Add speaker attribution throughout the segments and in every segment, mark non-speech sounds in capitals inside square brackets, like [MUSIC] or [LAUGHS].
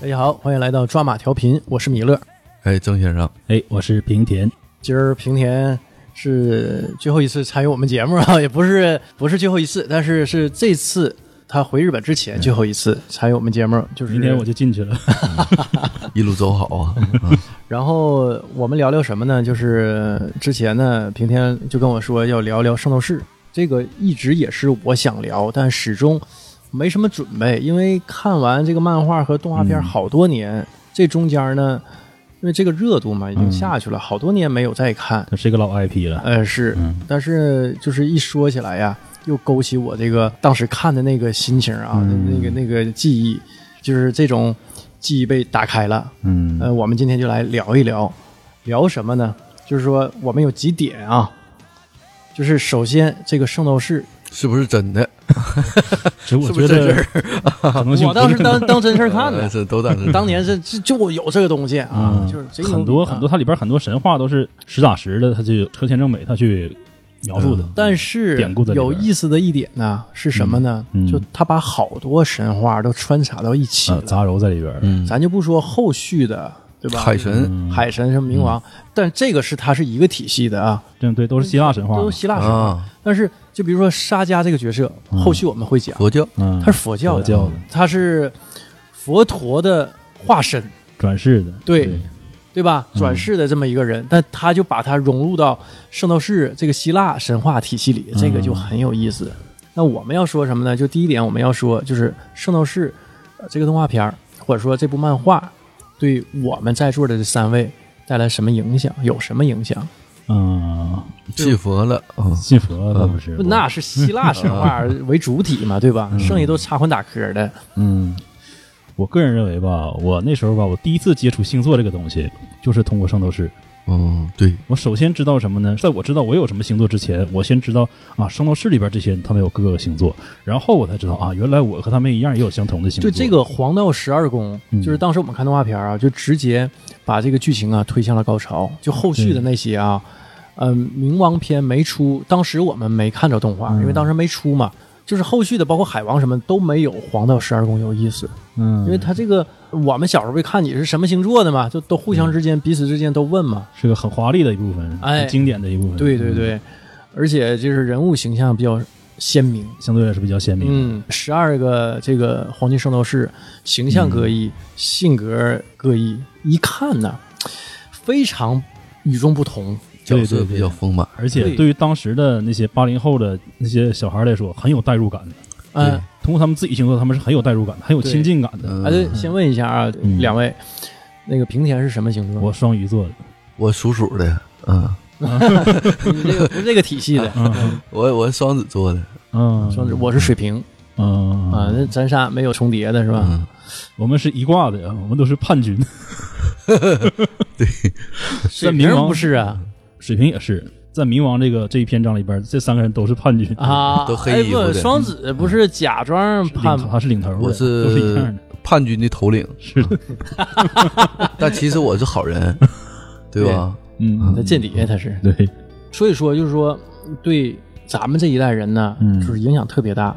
Speaker 1: 大家好，欢迎来到抓马调频，我是米勒。
Speaker 2: 哎，曾先生，
Speaker 3: 哎，我是平田，
Speaker 1: 今儿平田是最后一次参与我们节目 [LAUGHS] 啊，也不是不是最后一次，但是是这次他回日本之前最后一次参与我们节目，就是
Speaker 3: 明天我就进去了。
Speaker 1: [LAUGHS]
Speaker 2: 一路走好啊！
Speaker 1: 然后我们聊聊什么呢？就是之前呢，平天就跟我说要聊聊圣斗士，这个一直也是我想聊，但始终没什么准备，因为看完这个漫画和动画
Speaker 3: 嗯
Speaker 1: 片好多年，这中间呢，因为这个热度嘛已
Speaker 3: 嗯
Speaker 1: 经下去了，好多年没有再看。
Speaker 3: 这是一个老 IP 了，
Speaker 1: 呃，是，
Speaker 3: 嗯
Speaker 1: 但是就是一说起来呀，又勾起我这个当时看的那个心情啊，
Speaker 3: 嗯
Speaker 1: 那个那个记忆，就是这种记忆被打开了。
Speaker 3: 嗯
Speaker 1: 呃，我们今天就来聊一聊，聊什么呢？就是说我们有几点啊，就是首先这个圣斗士，
Speaker 2: 是不是真的？
Speaker 3: 其实我
Speaker 2: 是不是
Speaker 3: 觉
Speaker 2: 真
Speaker 3: 得
Speaker 2: 事
Speaker 3: 可能
Speaker 1: [LAUGHS]
Speaker 3: 性
Speaker 1: 我当时
Speaker 3: 不是
Speaker 1: 当当真事儿
Speaker 3: [LAUGHS]
Speaker 1: 看
Speaker 2: 呃
Speaker 1: 的，
Speaker 2: 是都当时
Speaker 1: 当年是就就我有这个东西啊，
Speaker 3: 嗯
Speaker 1: 就是贼牛逼
Speaker 3: 很多
Speaker 1: 啊
Speaker 3: 很多，它里边很多神话都是实打实的，它就车前正美他去描述的，
Speaker 1: 嗯但是
Speaker 3: 典故在里边
Speaker 1: 有意思的一点呢是什么呢？
Speaker 3: 嗯嗯
Speaker 1: 就他把好多神话都穿插到一起
Speaker 3: 呃
Speaker 1: 了，
Speaker 3: 杂糅在里边，
Speaker 2: 嗯
Speaker 1: 咱就不说后续的，对吧？
Speaker 2: 海神
Speaker 3: 嗯
Speaker 1: 海神什么冥王，但这个是它是一个体系的啊，
Speaker 3: 这对都是希腊神话嘛，
Speaker 1: 都是希腊神话。
Speaker 2: 啊，
Speaker 1: 但是就比如说沙迦这个角色，后续我们会讲，
Speaker 2: 佛教
Speaker 3: 嗯，
Speaker 1: 他是佛教的，
Speaker 3: 佛教的
Speaker 1: 他是佛陀的化身，
Speaker 3: 转世的，
Speaker 1: 对对吧？转世的这么一个人，但他就把他融入到圣斗士这个希腊神话体系里，这个就很有意思。那我们要说什么呢？就第一点，我们要说就是圣斗士、呃这个动画片儿，或者说这部漫画，对我们在座的这三位带来什么影响？有什么影响？
Speaker 3: 嗯，
Speaker 2: 信佛了啊，
Speaker 3: 信佛倒不是，
Speaker 1: 不嗯那是希腊神话为主体嘛，对吧？剩下都插混打科的。
Speaker 3: 嗯，我个人认为吧，我那时候吧，我第一次接触星座这个东西，就是通过圣斗士。
Speaker 2: 嗯，对，
Speaker 3: 我首先知道什么呢？在我知道我有什么星座之前，我先知道啊，圣斗士里边这些人他们有各个星座，然后我才知道啊，原来我和他们一样也有相同的星
Speaker 1: 就
Speaker 3: 座。
Speaker 1: 这，个黄道十二宫，
Speaker 3: 嗯
Speaker 1: 就是当时我们看动画片啊，就直接把这个剧情啊推向了高潮。就后续的那些啊，嗯，冥王篇没出，当时我们没看着动画，因为当时没出嘛。就是后续的，包括海王什么都没有黄道十二宫有意思，
Speaker 3: 嗯，
Speaker 1: 因为它这个我们小时候会看你是什么星座的嘛，就都互相之间彼此之间都问嘛。
Speaker 3: 是个很华丽的一部分，
Speaker 1: 哎
Speaker 3: 很经典的一部分。
Speaker 1: 对对对，而且就是人物形象比较鲜明，
Speaker 3: 相对来说比较鲜明。
Speaker 1: 嗯，十二个这个黄金圣斗士形象各异，性格各异，一看呢非常与众不同。
Speaker 2: 角
Speaker 3: 对
Speaker 2: 色
Speaker 3: 对
Speaker 2: 比较
Speaker 3: 对。
Speaker 2: 丰满，
Speaker 3: 而且
Speaker 1: 对
Speaker 3: 对于当时的那些八零后的那些小孩来说，很有代入感的。
Speaker 1: 嗯、
Speaker 2: 对
Speaker 3: 通过他们自己星座，他们是很有代入感的，很有亲近感的。
Speaker 1: 哎，对，先问一下啊，
Speaker 3: 嗯
Speaker 1: 两位，那个平田是什么星座？
Speaker 3: 我双鱼座的，，
Speaker 2: 我属鼠的，嗯，
Speaker 1: 你这个不是这个体系的
Speaker 3: 嗯
Speaker 2: 我我双子座的，
Speaker 3: 嗯，
Speaker 1: 双子，我是水瓶
Speaker 3: 嗯
Speaker 1: 啊，那咱仨没有重叠的是吧？
Speaker 2: 嗯，
Speaker 3: 我们是一挂的呀，我们都是叛军。 [LAUGHS]
Speaker 1: 水
Speaker 3: 水
Speaker 1: 瓶
Speaker 3: 瓶
Speaker 1: 不是啊
Speaker 3: 水瓶也是，在冥王这个这一篇章里边，这三个人都是叛军，
Speaker 1: 啊，
Speaker 2: 都黑
Speaker 1: 哎
Speaker 2: 衣服的
Speaker 1: 不，双子不是假装
Speaker 3: 嗯领
Speaker 1: 叛
Speaker 3: 他是领头的，
Speaker 2: 我
Speaker 3: 都是一样
Speaker 2: 是
Speaker 3: 的，
Speaker 2: 叛军的头领，
Speaker 3: [LAUGHS] 是的，
Speaker 2: 但其实我是好人，对吧？
Speaker 3: [LAUGHS] 嗯，
Speaker 1: 他间谍，他是。
Speaker 3: 对，
Speaker 1: 所以说，就是说，对咱们这一代人呢，
Speaker 3: 嗯
Speaker 1: 就是影响特别大。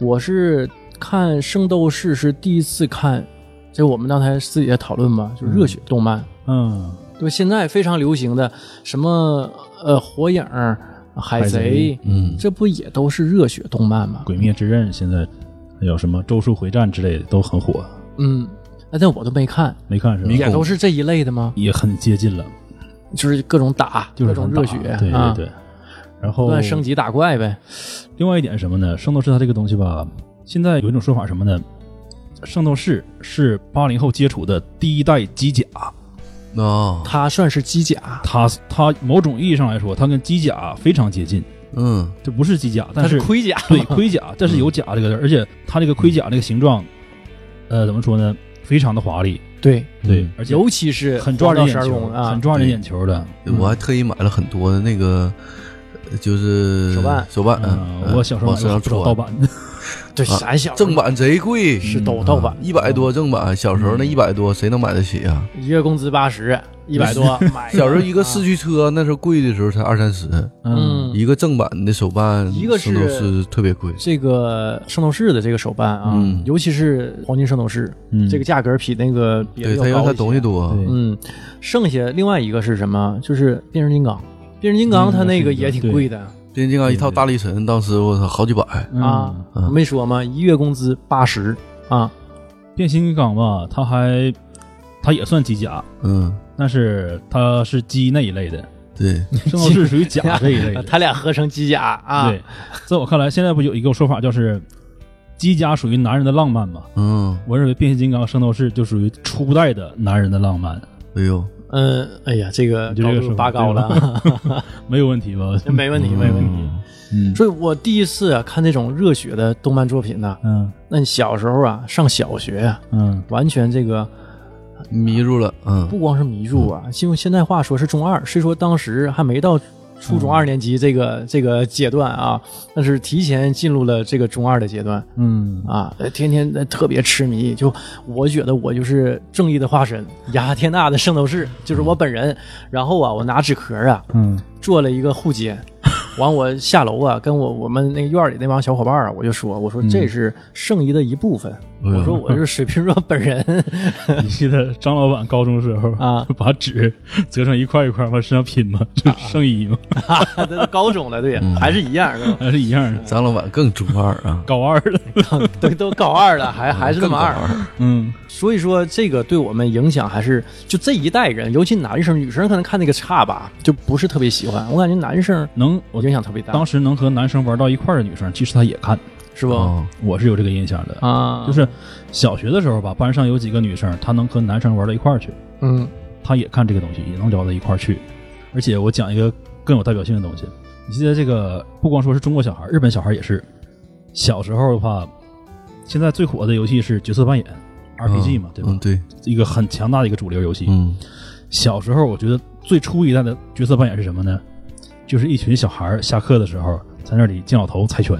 Speaker 1: 我是看《圣斗士》是第一次看，这我们刚才自己在讨论嘛，就是热血动漫，
Speaker 3: 嗯，
Speaker 1: 对，现在非常流行的什么呃火影、海
Speaker 3: 海
Speaker 1: 贼
Speaker 3: 贼，
Speaker 2: 嗯，
Speaker 1: 这不也都是热血动漫吗？
Speaker 3: 鬼灭之刃现在还有什么咒术回战之类的都很火，
Speaker 1: 嗯，哎但我都没看，
Speaker 3: 没看是吧？
Speaker 1: 也都是这一类的吗？
Speaker 3: 也很接近了，
Speaker 1: 就是各种打，
Speaker 3: 就是
Speaker 1: 各种
Speaker 3: 很打
Speaker 1: 热血，
Speaker 3: 对哦
Speaker 1: 啊
Speaker 3: 对对。然
Speaker 1: 不
Speaker 3: 后
Speaker 1: 断升级打怪呗。
Speaker 3: 另外一点是什么呢？圣斗士它这个东西吧，现在有一种说法什么呢？圣斗士是八零后接触的第一代机甲，
Speaker 2: 啊，
Speaker 1: 它算是机甲，
Speaker 3: 它它某种意义上来说，它跟机甲非常接近，
Speaker 2: 嗯，
Speaker 3: 这不是机甲，但
Speaker 1: 它是
Speaker 3: 是
Speaker 1: 盔甲，
Speaker 3: 对，盔甲，但是有甲这个字儿，而且它这个盔甲那个形状，呃，怎么说呢？非常的华丽，嗯
Speaker 1: 对，
Speaker 2: 对，
Speaker 3: 而且
Speaker 1: 尤其是
Speaker 3: 很抓人
Speaker 1: 黄
Speaker 3: 眼
Speaker 1: 道十二
Speaker 3: 球，
Speaker 1: 宫啊，
Speaker 3: 很抓人眼球的。
Speaker 2: 嗯我还特意买了很多的那个。就是
Speaker 1: 手办
Speaker 2: 手办，
Speaker 3: 嗯，我小时候
Speaker 2: 往身上
Speaker 3: 买过
Speaker 2: 戳
Speaker 3: 盗，版的，
Speaker 1: 对，
Speaker 2: 啊
Speaker 1: 咱小时候
Speaker 2: 正版贼贵，
Speaker 1: 嗯是都盗版，
Speaker 3: 嗯
Speaker 2: 一百多正版，小时候那一百多谁能买得起啊？
Speaker 1: 一月工资八十，一百多，嗯 [LAUGHS] 买
Speaker 2: 小时候一个
Speaker 1: 四
Speaker 2: 四驱车那时候贵的时候才二三十，
Speaker 1: 哎啊嗯，
Speaker 2: 一个正版的手办，
Speaker 1: 一个是
Speaker 2: 圣斗士特别贵。
Speaker 1: 这个圣斗士的这个手办啊，
Speaker 2: 嗯
Speaker 1: 尤其是黄金圣斗士，
Speaker 3: 嗯
Speaker 1: 这个价格比那个别的要高
Speaker 2: 对他，因为他
Speaker 1: 一些
Speaker 2: 东西多，
Speaker 3: 对
Speaker 1: 嗯，剩下另外一个是什么？就是变形金刚，变形金
Speaker 3: 嗯
Speaker 1: 刚它那个也挺贵的
Speaker 2: 变形金刚一套大力神，当时我操好几百，
Speaker 1: 啊，
Speaker 2: 嗯
Speaker 1: 我没说吗？一月工资八十啊，
Speaker 3: 变形金刚吧，它还它也算机甲，
Speaker 2: 嗯，
Speaker 3: 但是它是机那一类的，
Speaker 1: [LAUGHS]
Speaker 2: 对，
Speaker 3: 圣斗士属于甲这一类的。
Speaker 1: 他俩合成机甲啊，
Speaker 3: 对，在我看来，现在不有一个说法，就是机甲属于男人的浪漫嘛？
Speaker 2: 嗯，
Speaker 3: 我认为变形金刚、圣斗士就属于初代的男人的浪漫，
Speaker 2: 哎呦，
Speaker 1: 嗯，哎呀，这个
Speaker 3: 就这
Speaker 1: 高
Speaker 3: 个
Speaker 1: 度
Speaker 3: 说法
Speaker 1: 拔高了，
Speaker 3: [LAUGHS] 没有问题吧？
Speaker 1: [LAUGHS] 没问题，没问题。
Speaker 2: 嗯
Speaker 3: 嗯
Speaker 1: 所以我第一次啊看这种热血的动漫作品呢，
Speaker 3: 嗯
Speaker 1: 那你小时候啊上小学啊，
Speaker 3: 嗯
Speaker 1: 完全这个
Speaker 2: 迷住了，嗯，
Speaker 1: 不光是迷住啊，用现代话说是中二，虽说当时还没到初中二年级这个、这个阶段啊， [LAUGHS] 但是提前进入了这个中二的阶段
Speaker 3: 嗯，
Speaker 1: 啊，呃天天呃特别痴迷，就啊我觉得我就是正义的化身，雅天娜的圣斗士就是我本人。然后啊，我拿纸壳啊
Speaker 3: 嗯
Speaker 1: 做了一个护肩。完，我下楼啊，跟我我们那个院儿里那帮小伙伴儿啊，我就说，我说这是圣衣的一部分，
Speaker 2: 哎呦
Speaker 1: 我说我是水瓶座本人
Speaker 3: 你记得张老板高中时候
Speaker 1: 啊，
Speaker 3: [LAUGHS] 把纸折成一块一块往身上拼吗？ [LAUGHS] 就圣衣嘛，
Speaker 1: 哈哈，啊这都高中了，对，还是一样，是吧？
Speaker 3: 还是一样
Speaker 1: [LAUGHS]
Speaker 3: 的，
Speaker 2: 张老板更中二啊，
Speaker 3: 高二的。 [LAUGHS]
Speaker 1: 都都高二了，还还是那么
Speaker 2: 更高
Speaker 1: 二，
Speaker 2: 二，
Speaker 3: 嗯
Speaker 1: 所以说这个对我们影响还是就这一代人，尤其男生女生可能看那个差吧，就不是特别喜欢。我感觉男生，
Speaker 3: 能我
Speaker 1: 影响特别大，
Speaker 3: 当时能和男生玩到一块儿的女生，其实她也看，
Speaker 1: 是不？
Speaker 2: 哦
Speaker 3: 我是有这个印象的。
Speaker 1: 啊，
Speaker 3: 就是小学的时候吧，班上有几个女生，她能和男生玩到一块儿去，
Speaker 1: 嗯
Speaker 3: 她也看这个东西，也能聊到一块儿去。而且我讲一个更有代表性的东西，你记得这个不光说是中国小孩，日本小孩也是。小时候的话，现在最火的游戏是角色扮演 RPG 嘛，对吧？
Speaker 2: 嗯，对，
Speaker 3: 一个很强大的一个主流游戏。
Speaker 2: 嗯，
Speaker 3: 小时候我觉得最初一代的角色扮演是什么呢？就是一群小孩儿下课的时候在那里敬老头猜拳，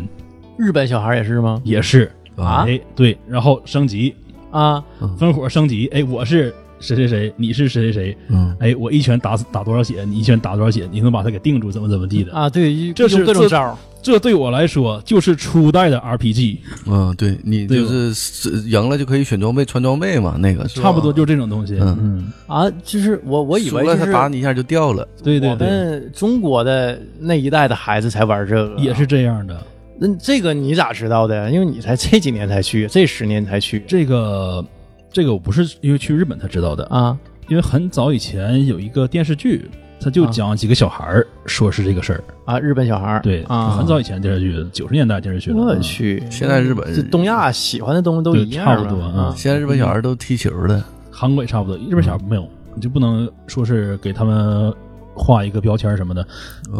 Speaker 1: 日本小孩也是吗？
Speaker 3: 也是
Speaker 1: 啊
Speaker 3: 哎对，然后升级
Speaker 1: 啊，
Speaker 2: 嗯
Speaker 3: 分伙升级，哎，我是谁谁谁，你是谁谁谁，
Speaker 2: 嗯，
Speaker 3: 哎，我一拳打死打多少血，你一拳打多少血，你能把他给定住，怎么怎么地的。
Speaker 1: 啊，对，
Speaker 3: 这是
Speaker 1: 用各种招儿
Speaker 3: 这对我来说就是初代的 RPG，
Speaker 2: 嗯，对你
Speaker 3: 对吧
Speaker 2: 就是是赢了就可以选装备、穿装备嘛，那个是吧
Speaker 3: 差不多就这种东西。
Speaker 2: 嗯
Speaker 3: 嗯，
Speaker 1: 啊，就是我我以为
Speaker 2: 输
Speaker 1: 就
Speaker 2: 了他
Speaker 1: 是
Speaker 2: 打你一下就掉了，
Speaker 3: 对
Speaker 1: 我
Speaker 3: 对对，
Speaker 1: 们中国的那一代的孩子才玩这个，啊
Speaker 3: 也是。这样的。
Speaker 1: 那这个你咋知道的？因为你才这几年才去，这十年才去
Speaker 3: 这个这个我不是因为去日本才知道的，
Speaker 1: 啊
Speaker 3: 因为很早以前有一个电视剧，他就讲几个小孩儿说是这个事儿。
Speaker 1: 啊！日本小孩儿
Speaker 3: 对，
Speaker 1: 啊，
Speaker 3: 很早以前电视剧，九十年代电视剧了。
Speaker 1: 我
Speaker 3: 嗯
Speaker 1: 去，
Speaker 2: 现在日本
Speaker 1: 这东亚喜欢的东西都一样
Speaker 3: 对
Speaker 1: 吧，
Speaker 3: 差不多
Speaker 1: 啊
Speaker 3: 啊。
Speaker 2: 现在日本小孩都踢球了，
Speaker 3: 韩国也差不多，日本小
Speaker 2: 嗯
Speaker 3: 孩没有，你就不能说是给他们画一个标签儿什么的。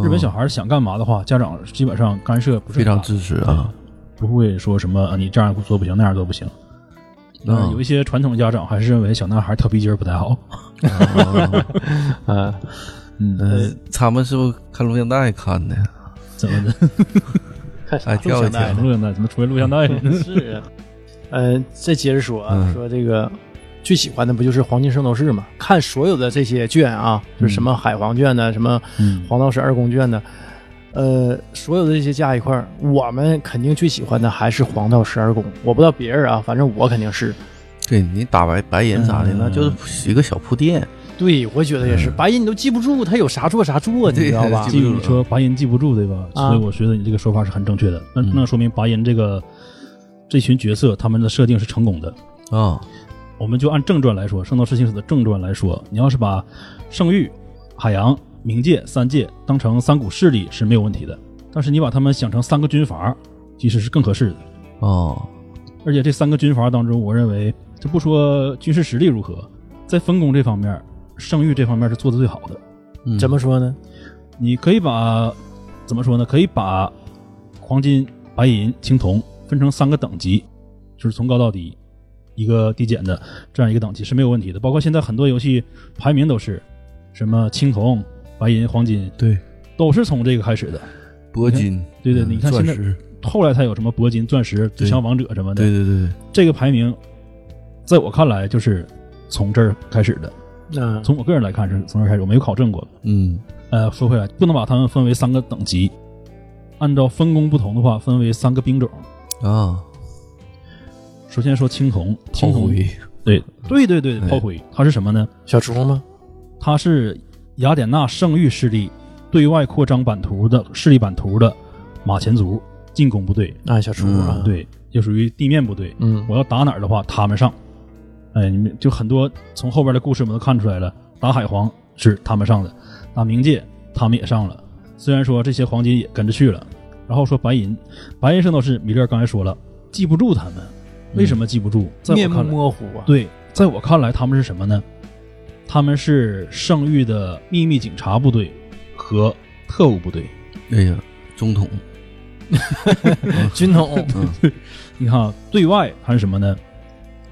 Speaker 3: 日本小孩想干嘛的话，家长基本上干涉不
Speaker 2: 嗯
Speaker 3: 是
Speaker 2: 非
Speaker 3: 很
Speaker 2: 常
Speaker 3: 大
Speaker 2: 支持啊，
Speaker 3: 不会说什么啊你这样做不行，那样做不行。那
Speaker 2: 嗯
Speaker 3: 有一些传统家长还是认为小男孩跳皮筋儿不太
Speaker 2: [LAUGHS]
Speaker 3: 好。
Speaker 1: 啊，
Speaker 3: 嗯，
Speaker 2: 嗯，他们是不是看录像带看的？
Speaker 3: 怎么的？
Speaker 1: 看
Speaker 2: 哎
Speaker 1: 啥
Speaker 2: 跳
Speaker 1: 录像
Speaker 2: 一
Speaker 1: 带
Speaker 2: 跳
Speaker 1: 呢？
Speaker 3: 录像带怎么出现录像带了？
Speaker 2: [LAUGHS]
Speaker 1: 是啊，呃，再接着说啊，
Speaker 2: 嗯
Speaker 1: 说这个最喜欢的不就是《黄金圣斗士》嘛？看所有的这些卷啊，就是什么海皇卷呢，什么
Speaker 3: 嗯
Speaker 1: 黄道十二宫卷呢，呃，所有的这些加一块儿，我们肯定最喜欢的还是黄道十二宫。我不知道别人啊，反正我肯定是。
Speaker 2: 对你打白白银啥的，
Speaker 3: 嗯
Speaker 2: 那就是一个小铺垫，
Speaker 1: 对，我觉得也是。白银你都记不住他有啥做啥做，你
Speaker 2: 对
Speaker 1: 知道吧
Speaker 2: 记？
Speaker 3: 记你说拔音记不住对吧？
Speaker 1: 啊
Speaker 3: 所以我觉得你这个说法是很正确的。那
Speaker 2: 嗯
Speaker 3: 那说明拔音这个这群角色他们的设定是成功的。
Speaker 2: 啊，
Speaker 3: 我们就按正传来说，《圣斗士星矢》的正传来说，你要是把圣域、海洋、冥界三界当成三股势力是没有问题的，但是你把他们想成三个军阀，其实是更合适的。
Speaker 2: 哦，
Speaker 3: 而且这三个军阀当中，我认为就不说军事实力如何，在分工这方面，圣域这方面是做的最好的。
Speaker 2: 嗯
Speaker 1: 怎么说呢？
Speaker 3: 你可以把怎么说呢？可以把黄金、白银、青铜分成三个等级，就是从高到低，一个递减的这样一个等级是没有问题的。包括现在很多游戏排名都是什么青铜、白银、黄金，
Speaker 2: 对
Speaker 3: 都是从这个开始的。
Speaker 2: 铂金？
Speaker 3: 对对，
Speaker 2: 嗯
Speaker 3: 你看现
Speaker 2: 钻
Speaker 3: 在
Speaker 2: 石，
Speaker 3: 后来才有什么铂金、钻石、最
Speaker 2: 对
Speaker 3: 强王者什么的
Speaker 2: 对，对对对，
Speaker 3: 这个排名在我看来就是从这儿开始的。
Speaker 1: 嗯
Speaker 3: 从我个人来看是从这儿开始，我没有考证过。
Speaker 2: 嗯
Speaker 3: 呃，说回来，不能把它们分为三个等级，按照分工不同的话，分为三个兵种。
Speaker 2: 啊，
Speaker 3: 首先说青铜，
Speaker 2: 炮
Speaker 3: 青铜
Speaker 2: 灰，
Speaker 3: 对对对对，
Speaker 2: 哎
Speaker 3: 炮灰，它是什么呢？
Speaker 1: 小猪吗？
Speaker 3: 它是雅典娜圣域势力对外扩张版图的势力版图的马前卒进攻部队，
Speaker 1: 啊，小猪啊，
Speaker 2: 嗯，
Speaker 3: 对，就属于地面部队。
Speaker 1: 嗯
Speaker 3: 我要打哪儿的话，他们上。哎，你们就很多从后边的故事我们都看出来了，打海皇是他们上的，打冥界他们也上了。虽然说这些黄金也跟着去了，然后说白银，白银圣斗士米勒刚才说了，记不住他们，为什么记不住？在我
Speaker 1: 面目
Speaker 3: 看来，
Speaker 1: 模糊啊，
Speaker 3: 对，在我看来他们是什么呢？他们是圣域的秘密警察部队和特务部队。
Speaker 2: 哎呀，中统，
Speaker 1: 军统
Speaker 2: 嗯
Speaker 3: 你看，啊，对外还是什么呢？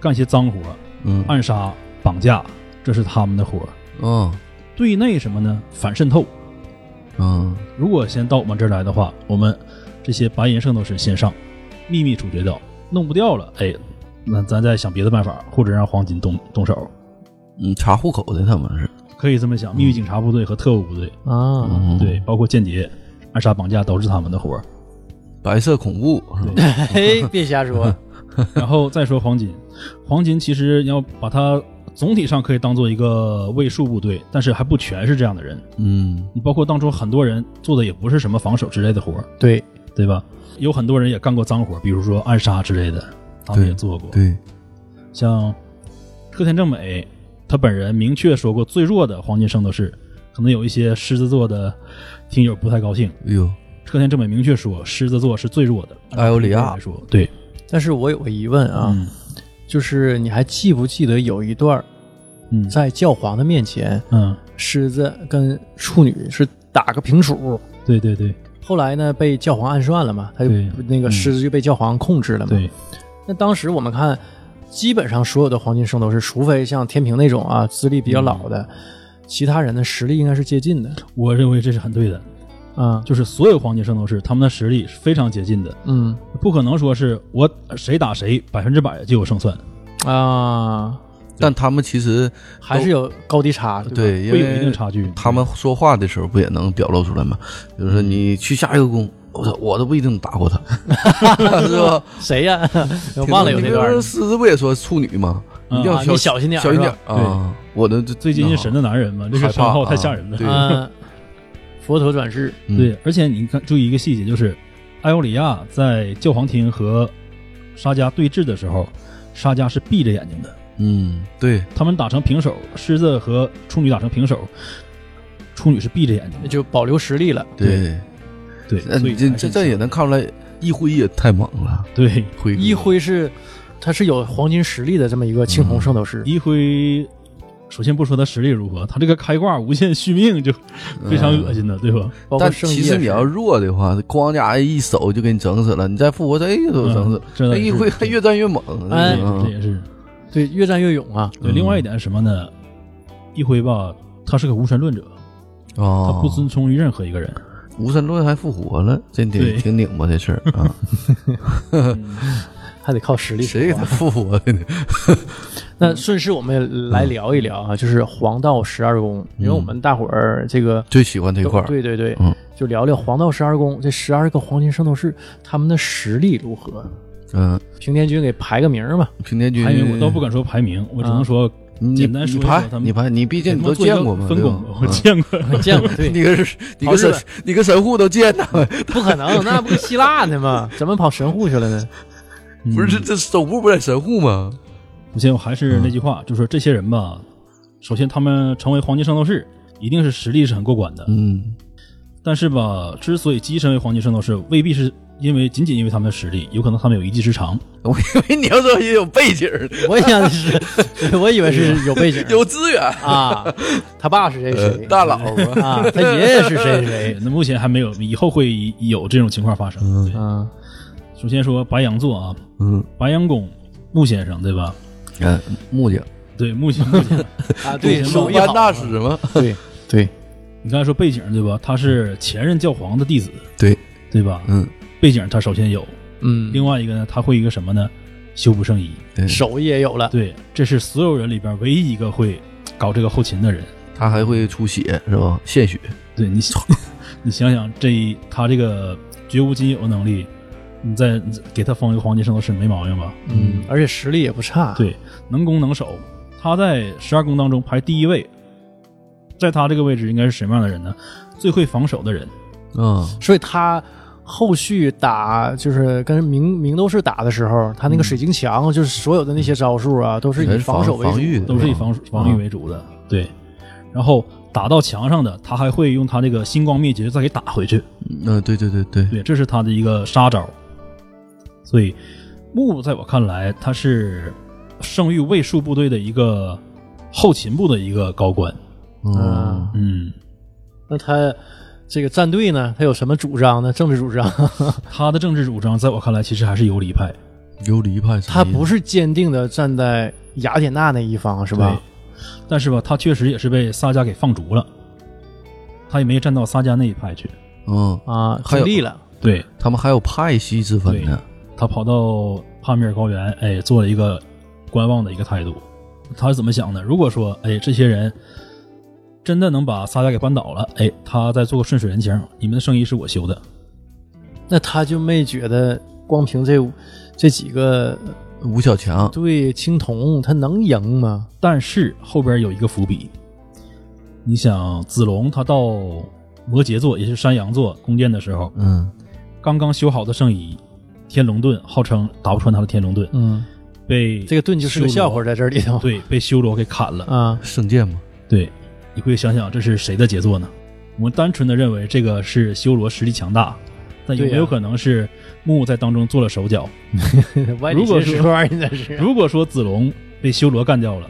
Speaker 3: 干些脏活， [LAUGHS]
Speaker 2: 嗯，
Speaker 3: 暗杀、绑架，这是他们的活儿。
Speaker 2: 啊
Speaker 3: 对内什么呢？反渗透。
Speaker 2: 啊，
Speaker 3: 如果先到我们这儿来的话，我们这些白银圣斗士先上，秘密处决掉，弄不掉了，哎，那咱再想别的办法，或者让黄金动动手，
Speaker 2: 嗯，查户口的他们是，
Speaker 3: 可以这么想。秘密警察部队和特务部队，
Speaker 1: 啊，
Speaker 2: 嗯，
Speaker 3: 对，，包括间谍、暗杀、绑架都是他们的活儿。 [LAUGHS]
Speaker 2: 白色恐怖是吧？
Speaker 1: [LAUGHS] 嘿，别瞎说，
Speaker 3: 然后再说黄金，黄金其实要把它总体上可以当做一个卫戍部队，但是还不全是这样的人。
Speaker 2: 嗯
Speaker 3: 你包括当初很多人做的也不是什么防守之类的活儿，
Speaker 1: 对，
Speaker 3: 对吧？有很多人也干过脏活，比如说暗杀之类的，他们
Speaker 2: 对
Speaker 3: 也做过。
Speaker 2: 对，
Speaker 3: 像车田正美，他本人明确说过，最弱的黄金圣斗士，可能有一些狮子座的听友不太高兴。
Speaker 2: 哎呦，
Speaker 3: 车田正美明确说，狮子座是最弱的。
Speaker 2: 艾欧里亚
Speaker 3: 来说，对
Speaker 1: 但是我有个疑问啊，
Speaker 3: 嗯
Speaker 1: 就是你还记不记得有一段儿
Speaker 3: 嗯
Speaker 1: 在教皇的面前，
Speaker 3: 嗯，
Speaker 1: 狮子跟处女是打个平处，
Speaker 3: 对对对
Speaker 1: 后来呢被教皇暗算了嘛，他就
Speaker 3: 对
Speaker 1: 那个狮子就被教皇控制了嘛。
Speaker 2: 嗯
Speaker 3: 对，
Speaker 1: 那当时我们看，基本上所有的黄金圣斗士，除非像天平那种啊资历比较老的，其他人的实力应该是接近的
Speaker 3: 我认为这是很对的。
Speaker 1: 啊。
Speaker 3: 就是所有黄金圣斗士，他们的实力是非常接近的，
Speaker 1: 嗯
Speaker 3: 不可能说是我谁打谁百分之百就有胜算，
Speaker 1: 啊，
Speaker 2: 但他们其实
Speaker 1: 还是有高低差，对吧
Speaker 2: 对，因
Speaker 3: 会有一定
Speaker 2: 为
Speaker 3: 差距。
Speaker 2: 他们说话的时候不也能表露出来吗？比如说你去下一个宫，我操我都不一定打过他， [LAUGHS] 是 [LAUGHS] 吧？
Speaker 1: 谁呀？ [LAUGHS] 我忘了有那段
Speaker 2: 比
Speaker 1: 儿
Speaker 2: 如说狮子不也说处女吗？
Speaker 3: 嗯
Speaker 2: 一定要
Speaker 1: 啊你小心点儿
Speaker 2: 小心点
Speaker 1: 是
Speaker 2: 儿啊！我的
Speaker 3: 最接近神的男人嘛，这个
Speaker 2: 害怕
Speaker 3: 称号太
Speaker 2: 啊
Speaker 3: 吓人了。
Speaker 2: 对
Speaker 1: 嗯，佛陀转世，
Speaker 2: 嗯
Speaker 3: 对，而且你看，注意一个细节，就是艾欧里亚在教皇厅和沙加对峙的时候，沙加是闭着眼睛的。
Speaker 2: 嗯，对，
Speaker 3: 他们打成平手，狮子和处女打成平手，处女是闭着眼睛
Speaker 1: 那
Speaker 3: 的。
Speaker 1: 就保留实力了。
Speaker 2: 对，
Speaker 3: 对，
Speaker 2: 那
Speaker 3: 所以
Speaker 2: 你
Speaker 3: 哎
Speaker 2: 呃这
Speaker 3: 才
Speaker 2: 这
Speaker 3: 是
Speaker 2: 这也能看出来，一辉也太猛了，
Speaker 3: 对。
Speaker 2: 辉哥
Speaker 1: 一辉是，他是有黄金实力的这么一个青铜圣斗
Speaker 2: 嗯
Speaker 1: 士，
Speaker 3: 一辉，首先不说他实力如何，他这个开挂无限续命就非常恶心的，对吧？
Speaker 1: 包括
Speaker 2: 嗯但
Speaker 1: 圣衣
Speaker 2: 其
Speaker 1: 也
Speaker 2: 实
Speaker 1: 是。
Speaker 2: 你要弱的话，光家一手就给你整死了，你再复活，他一手整死了
Speaker 3: 嗯，这倒
Speaker 2: 那
Speaker 3: 也
Speaker 2: 哎一
Speaker 3: 是
Speaker 2: 辉还越战越猛。
Speaker 1: 哎
Speaker 2: 嗯
Speaker 3: 这也是
Speaker 1: 对越战越勇啊，
Speaker 3: 对。
Speaker 2: 嗯
Speaker 3: 另外一点是什么呢？一辉吧，他是个无神论者，他
Speaker 2: 啊，
Speaker 3: 不遵从于任何一个人。
Speaker 2: 无神论还复活了，这挺
Speaker 3: 对
Speaker 2: 挺拧巴这事儿
Speaker 3: [LAUGHS]
Speaker 2: 啊！
Speaker 1: 还得靠实力。
Speaker 2: 谁给
Speaker 3: 啊
Speaker 2: 他复活的呢？ [LAUGHS]
Speaker 1: 那顺势我们也来聊一聊啊，就是黄道十二宫，因为我们大伙儿这个
Speaker 2: 最喜欢这块儿，
Speaker 1: 对对对
Speaker 2: 嗯，
Speaker 1: 就聊聊黄道十二宫这十二个黄金圣斗士他们的实力如何。
Speaker 2: 嗯，
Speaker 1: 平田君给排个名儿
Speaker 2: [LAUGHS]
Speaker 1: 嘛，
Speaker 2: 平田君
Speaker 3: 排名我倒不敢说排名，我只能说
Speaker 2: 你
Speaker 3: 简单说
Speaker 2: 你
Speaker 3: 一说
Speaker 2: 排
Speaker 3: 他们
Speaker 2: 你排，你啊毕竟你都见过嘛，
Speaker 3: 分
Speaker 2: 对
Speaker 3: 工
Speaker 2: 吧啊
Speaker 3: 吧，
Speaker 2: [LAUGHS]
Speaker 3: 我见过。 [LAUGHS]
Speaker 1: 见过对
Speaker 2: 嗯，你个是你个
Speaker 1: 跑日
Speaker 2: 神
Speaker 1: 本
Speaker 2: 你个神户都见呐，
Speaker 1: 不可 [LAUGHS] 能，那不是希腊呢吗？ [LAUGHS] 怎么跑神户去了呢？
Speaker 2: 不是这嗯这总部不在神户吗？
Speaker 3: 首嗯先，我还是那句话，就是说这些人吧，首先他们成为黄金圣斗士，一定是实力是很过关的。
Speaker 2: 嗯
Speaker 3: 但是吧，之所以跻身为黄金圣斗士，未必是因为仅仅因为他们的实力，有可能他们有一技之长。
Speaker 2: 我以为你要说也有背景儿，
Speaker 1: 我想是， [LAUGHS] 我以为是有背景
Speaker 2: 有资源，呃
Speaker 1: 啊，他爸是谁谁
Speaker 2: 大佬嘛，
Speaker 1: 啊，他爷爷是谁
Speaker 2: 哎
Speaker 1: 谁
Speaker 2: [LAUGHS]
Speaker 3: 对，那目前还没有，以后会有这种情况发生。对
Speaker 1: 啊，
Speaker 3: 首先说白羊座啊，
Speaker 2: 嗯
Speaker 3: 白羊宫穆先生对吧？
Speaker 2: 嗯，木匠，
Speaker 3: 对，穆先穆先生，
Speaker 1: 啊，对，
Speaker 2: 鲁
Speaker 1: 手艺
Speaker 2: 班
Speaker 1: 好
Speaker 2: 大师嘛，
Speaker 1: 对对，
Speaker 3: 你刚才说背景对吧？他是前任教皇的弟子，
Speaker 2: 对，
Speaker 3: 对吧？
Speaker 2: 嗯，
Speaker 3: 背景他首先有，
Speaker 1: 嗯，
Speaker 3: 另外一个呢，他会一个什么呢？修补圣衣。
Speaker 2: 对
Speaker 1: 手艺也有了，
Speaker 3: 对，这是所有人里边唯一一个会搞这个后勤的人。
Speaker 2: 他还会出血是吧？献血，
Speaker 3: 对你
Speaker 2: [LAUGHS]
Speaker 3: 想，你想想这一他这个绝无仅有的能力，你再你再给他封一个黄金圣斗士没毛病吧？
Speaker 1: 嗯，而且实力也不差。，
Speaker 2: 啊
Speaker 3: 对，能攻能守，他在十二宫当中排第一位，在他这个位置应该是什么样的人呢？最会防守的人，
Speaker 2: 嗯，
Speaker 1: 所以他后续打就是跟明明斗士打的时候，他那个水晶
Speaker 2: 嗯
Speaker 1: 墙就是所有的那些招数啊，都是
Speaker 2: 全
Speaker 1: 以防守为主
Speaker 2: 嗯防御的啊
Speaker 3: 都是以防防
Speaker 1: 嗯
Speaker 3: 御为主的。对，然后打到墙上的，他还会用他这个星光灭绝再给打回去。
Speaker 2: 嗯，对对对对，
Speaker 3: 对，这是他的一个杀招。所以木在我看来，他是圣域卫戍部队的一个后勤部的一个高官。
Speaker 2: 嗯，
Speaker 3: 嗯，
Speaker 1: 那他这个战队呢，他有什么主张呢？政治主
Speaker 2: 哎
Speaker 1: 张，
Speaker 3: 他的政治主张在我看来其实还是游离派，
Speaker 2: 游离派啥意思，
Speaker 1: 他不是坚定的站在雅典娜那一方，是吧？
Speaker 3: 对？但是吧，他确实也是被萨迦给放逐了，他也没站到萨迦那一派去。
Speaker 2: 嗯，
Speaker 1: 啊，
Speaker 2: 还有
Speaker 1: 尽力了。
Speaker 3: 对
Speaker 2: 他们还有派系之分呢，
Speaker 3: 他跑到帕米尔高原，哎，做了一个观望的一个态度。他是怎么想的？如果说，哎，这些人真的能把萨迦给扳倒了，哎，他再做个顺水人情，你们的圣衣是我修的，
Speaker 1: 那他就没觉得光凭这五这几个
Speaker 2: 吴小强，
Speaker 1: 对青铜，他能赢吗？
Speaker 3: 但是后边有一个伏笔。你想，子龙他到摩羯座，也就是山羊座弓箭的时候，
Speaker 2: 嗯，
Speaker 3: 刚刚修好的圣衣天龙盾，号称打不穿他的天龙盾，
Speaker 1: 嗯，
Speaker 3: 被
Speaker 1: 这个盾就是个
Speaker 3: 修罗
Speaker 1: 笑话，在这里头。
Speaker 3: 对，被修罗给砍了。
Speaker 1: 啊，
Speaker 2: 圣剑嘛，
Speaker 3: 对，你会想想这是谁的杰作呢？我们单纯的认为这个是修罗实力强大，但有
Speaker 1: 对呀
Speaker 3: 没有可能是木在当中做了手脚？
Speaker 1: [LAUGHS] 歪理
Speaker 3: 如果
Speaker 1: 邪
Speaker 3: 说
Speaker 1: 说你这是。
Speaker 3: 如果说子龙被修罗干掉了，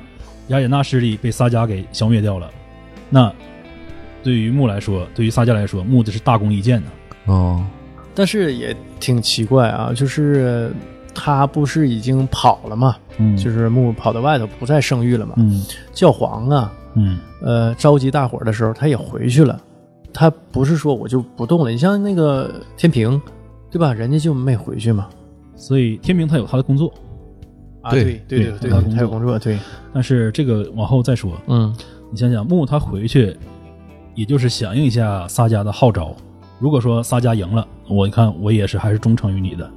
Speaker 3: 雅典娜势力被萨迦给消灭掉了，那对于木来说，对于萨迦来说，木这是大功一件呢。
Speaker 2: 哦，
Speaker 1: [LAUGHS] 但是也挺奇怪啊，就是他不是已经跑了嘛，
Speaker 3: 嗯
Speaker 1: 就是木跑到外头不再生育了嘛。
Speaker 3: 嗯
Speaker 1: 教皇啊，
Speaker 3: 嗯
Speaker 1: 呃，召集大伙儿的时候他也回去了，他不是说我就不动了。你像那个天平，对吧？人家就没回去嘛。
Speaker 3: 所以天平他有他的工作，
Speaker 1: 啊，
Speaker 2: 对
Speaker 1: 对
Speaker 3: 对
Speaker 1: 对对
Speaker 3: 他有工作
Speaker 1: 他有工作，对，
Speaker 3: 但是这个往后再说。
Speaker 1: 嗯，
Speaker 3: 你想想，木他回去，也就是响应一下萨迦的号召。如果说萨迦赢了，我看我也是还是忠诚于你的，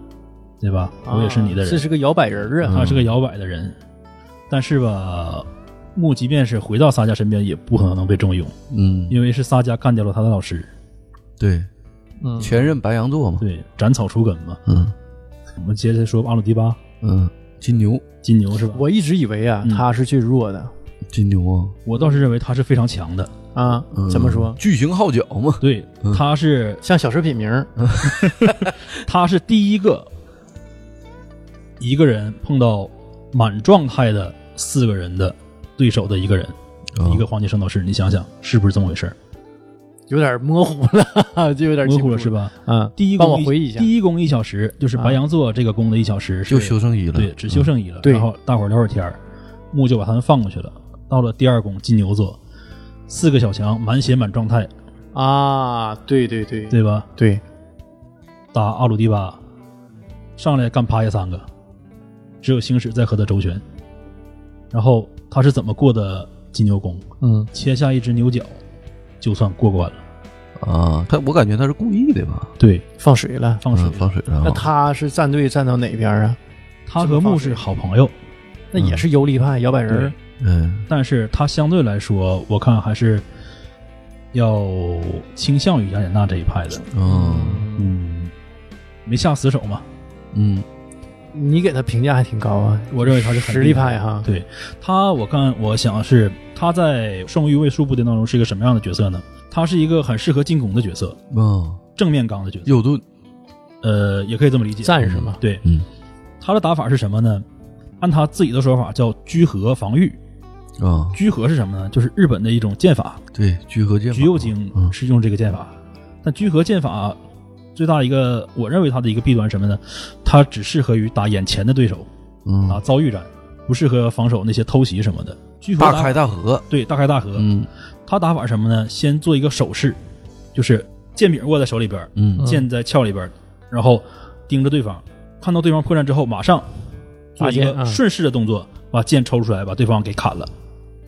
Speaker 3: 对吧？我也是你的
Speaker 1: 这
Speaker 3: 人，
Speaker 1: 啊是个摇摆人啊。
Speaker 3: 他是个摇摆的人。但是吧，木即便是回到萨迦身边，也不可能被重用，
Speaker 2: 嗯，
Speaker 3: 因为是萨迦干掉了他的老师，
Speaker 2: 对，
Speaker 1: 嗯，
Speaker 2: 前任白羊座嘛，
Speaker 3: 对，斩草除根嘛。
Speaker 2: 嗯
Speaker 3: 我们接着说阿鲁迪巴
Speaker 2: 嗯，金牛，
Speaker 3: 金牛是吧？
Speaker 1: 我一直以为啊，
Speaker 3: 嗯
Speaker 1: 他是最弱的
Speaker 2: 金牛啊，
Speaker 3: 我倒是认为他是非常强的，
Speaker 1: 啊
Speaker 2: 嗯。
Speaker 1: 怎么说？
Speaker 2: 巨型号角嘛，
Speaker 3: 对，他是
Speaker 1: 像小食品名儿，
Speaker 3: 嗯 [LAUGHS] 他是第一个一个人碰到满状态的四个人的对手的一个人，
Speaker 2: 啊
Speaker 3: 一个黄金圣斗士，你想想是不是这么回事儿？
Speaker 1: 有点模糊了， [LAUGHS] 就有点
Speaker 3: 模
Speaker 1: 记
Speaker 3: 糊
Speaker 1: 不
Speaker 3: 了
Speaker 1: 住
Speaker 3: 是？吧？
Speaker 1: 嗯，
Speaker 3: 第一
Speaker 1: 帮
Speaker 3: 宫
Speaker 1: 我
Speaker 3: 一
Speaker 1: 回忆一下。啊
Speaker 3: 第一宫一小时就是白羊座这个宫的一小时是
Speaker 2: 就修圣衣了，嗯
Speaker 3: 对，只修圣衣了，
Speaker 1: 对
Speaker 3: 然后大伙儿聊会儿天儿，木就把他们放过去了。到了第二宫金牛座，四个小强满血满状态，
Speaker 1: 啊，对对对
Speaker 3: 对吧？
Speaker 1: 对，
Speaker 3: 打阿鲁迪巴，上来干趴下三个，只有星矢在和他周旋。然后他是怎么过的金牛宫？
Speaker 1: 嗯，
Speaker 3: 切下一只牛角，就算过关了。
Speaker 2: 啊，他我感觉他是故意的吧，
Speaker 3: 对，
Speaker 1: 放水了。
Speaker 3: 放水了
Speaker 2: 嗯。放水了
Speaker 1: 那
Speaker 2: 啊，
Speaker 1: 他是站队站到哪边啊？
Speaker 3: 他和木是好朋友，
Speaker 1: 那也是游离派摇摆人
Speaker 3: 嗯对
Speaker 1: 儿。
Speaker 2: 嗯
Speaker 3: 但是他相对来说，我看还是要倾向于雅典娜这一派的。
Speaker 2: 嗯
Speaker 3: 嗯，没下死手嘛。
Speaker 2: 嗯，
Speaker 1: 你给他评价还挺高啊，
Speaker 3: 我认为他是很
Speaker 1: 实力派哈。
Speaker 3: 啊对他，我看我想是他在圣域卫戍部队当中是一个什么样的角色呢？他是一个很适合进攻的角色，
Speaker 2: 啊，
Speaker 3: 正面刚的角色，
Speaker 2: 右盾，
Speaker 3: 呃，也可以这么理解。
Speaker 1: 战士嘛，
Speaker 3: 对
Speaker 2: 嗯
Speaker 3: 他的打法是什么呢？按他自己的说法叫居合防御。
Speaker 2: 啊，
Speaker 3: 居合是什么呢？就是日本的一种剑法，
Speaker 2: 对，聚合剑，
Speaker 3: 橘右京
Speaker 2: 嗯
Speaker 3: 是用这个剑法。但居合剑法最大一个，我认为它的一个弊端是什么呢？它只适合于打眼前的对手，
Speaker 2: 嗯
Speaker 3: 打，遭遇战，不适合防守那些偷袭什么的。居合
Speaker 2: 大
Speaker 3: 打
Speaker 2: 开大合，
Speaker 3: 对大开大合，
Speaker 2: 嗯
Speaker 3: 他打法是什么呢？先做一个手势，就是剑柄握在手里边，
Speaker 2: 嗯
Speaker 3: 剑在鞘里边，然后盯着对方，看到对方破绽之后，马上
Speaker 1: 拔
Speaker 3: 做一
Speaker 1: 剑
Speaker 3: 个
Speaker 2: 嗯
Speaker 1: 啊
Speaker 3: 顺势的动作，把剑抽出来，把对方给砍了。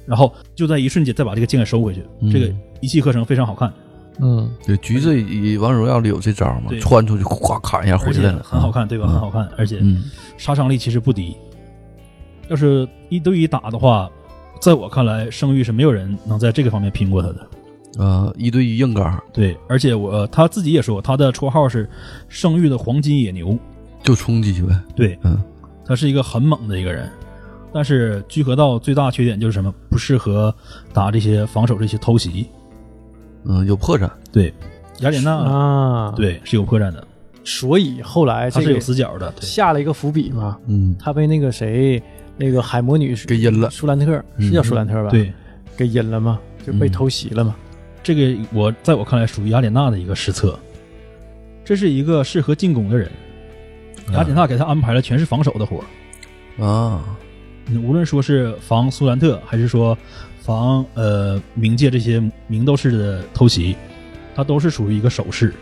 Speaker 3: 然后就在一瞬间再把这个剑给收回去。
Speaker 2: 嗯
Speaker 3: 这个一气呵成，非常好看，
Speaker 1: 嗯
Speaker 2: 对，橘子以王者荣耀里有这招嘛
Speaker 3: 对，
Speaker 2: 窜出去咵砍一下回
Speaker 3: 而且
Speaker 2: 来了，
Speaker 3: 很好看，对吧？
Speaker 2: 嗯
Speaker 3: 很好看，而且
Speaker 2: 嗯，
Speaker 3: 杀伤力其实不低。要是一对一打的话，在我看来，生育是没有人能在这个方面拼过他的。
Speaker 2: 呃，一对一硬刚，
Speaker 3: 对，而且我呃他自己也说，他的绰号是“生育的黄金野牛
Speaker 2: 就冲击呗，”。
Speaker 3: 对，
Speaker 2: 嗯，
Speaker 3: 他是一个很猛的一个人，但是居合道最大缺点就是什么？不适合打这些防守、这些偷袭。
Speaker 2: 嗯，有破绽，
Speaker 3: 对，雅典娜、
Speaker 1: 啊，，
Speaker 3: 嗯对是有破绽的，
Speaker 1: 所以后来
Speaker 3: 他
Speaker 1: 这
Speaker 3: 是
Speaker 1: 个
Speaker 3: 有死角的。对
Speaker 1: 下了一个伏笔嘛，
Speaker 2: 嗯，
Speaker 1: 他被那个谁，那个海魔女
Speaker 2: 给阴了
Speaker 1: 舒兰特
Speaker 2: 嗯
Speaker 1: 是叫舒兰特吧？，
Speaker 3: 对，
Speaker 1: 给阴了嘛，就被
Speaker 2: 嗯
Speaker 1: 偷袭了嘛。
Speaker 3: 这个我在我看来属于雅典娜的一个失策。这是一个适合进攻的人，
Speaker 1: 啊
Speaker 3: 雅典娜给他安排了全是防守的活儿，
Speaker 2: 啊，
Speaker 3: 嗯无论说是防苏兰特，还是说防呃冥界这些明斗士的偷袭，他都是属于一个守势。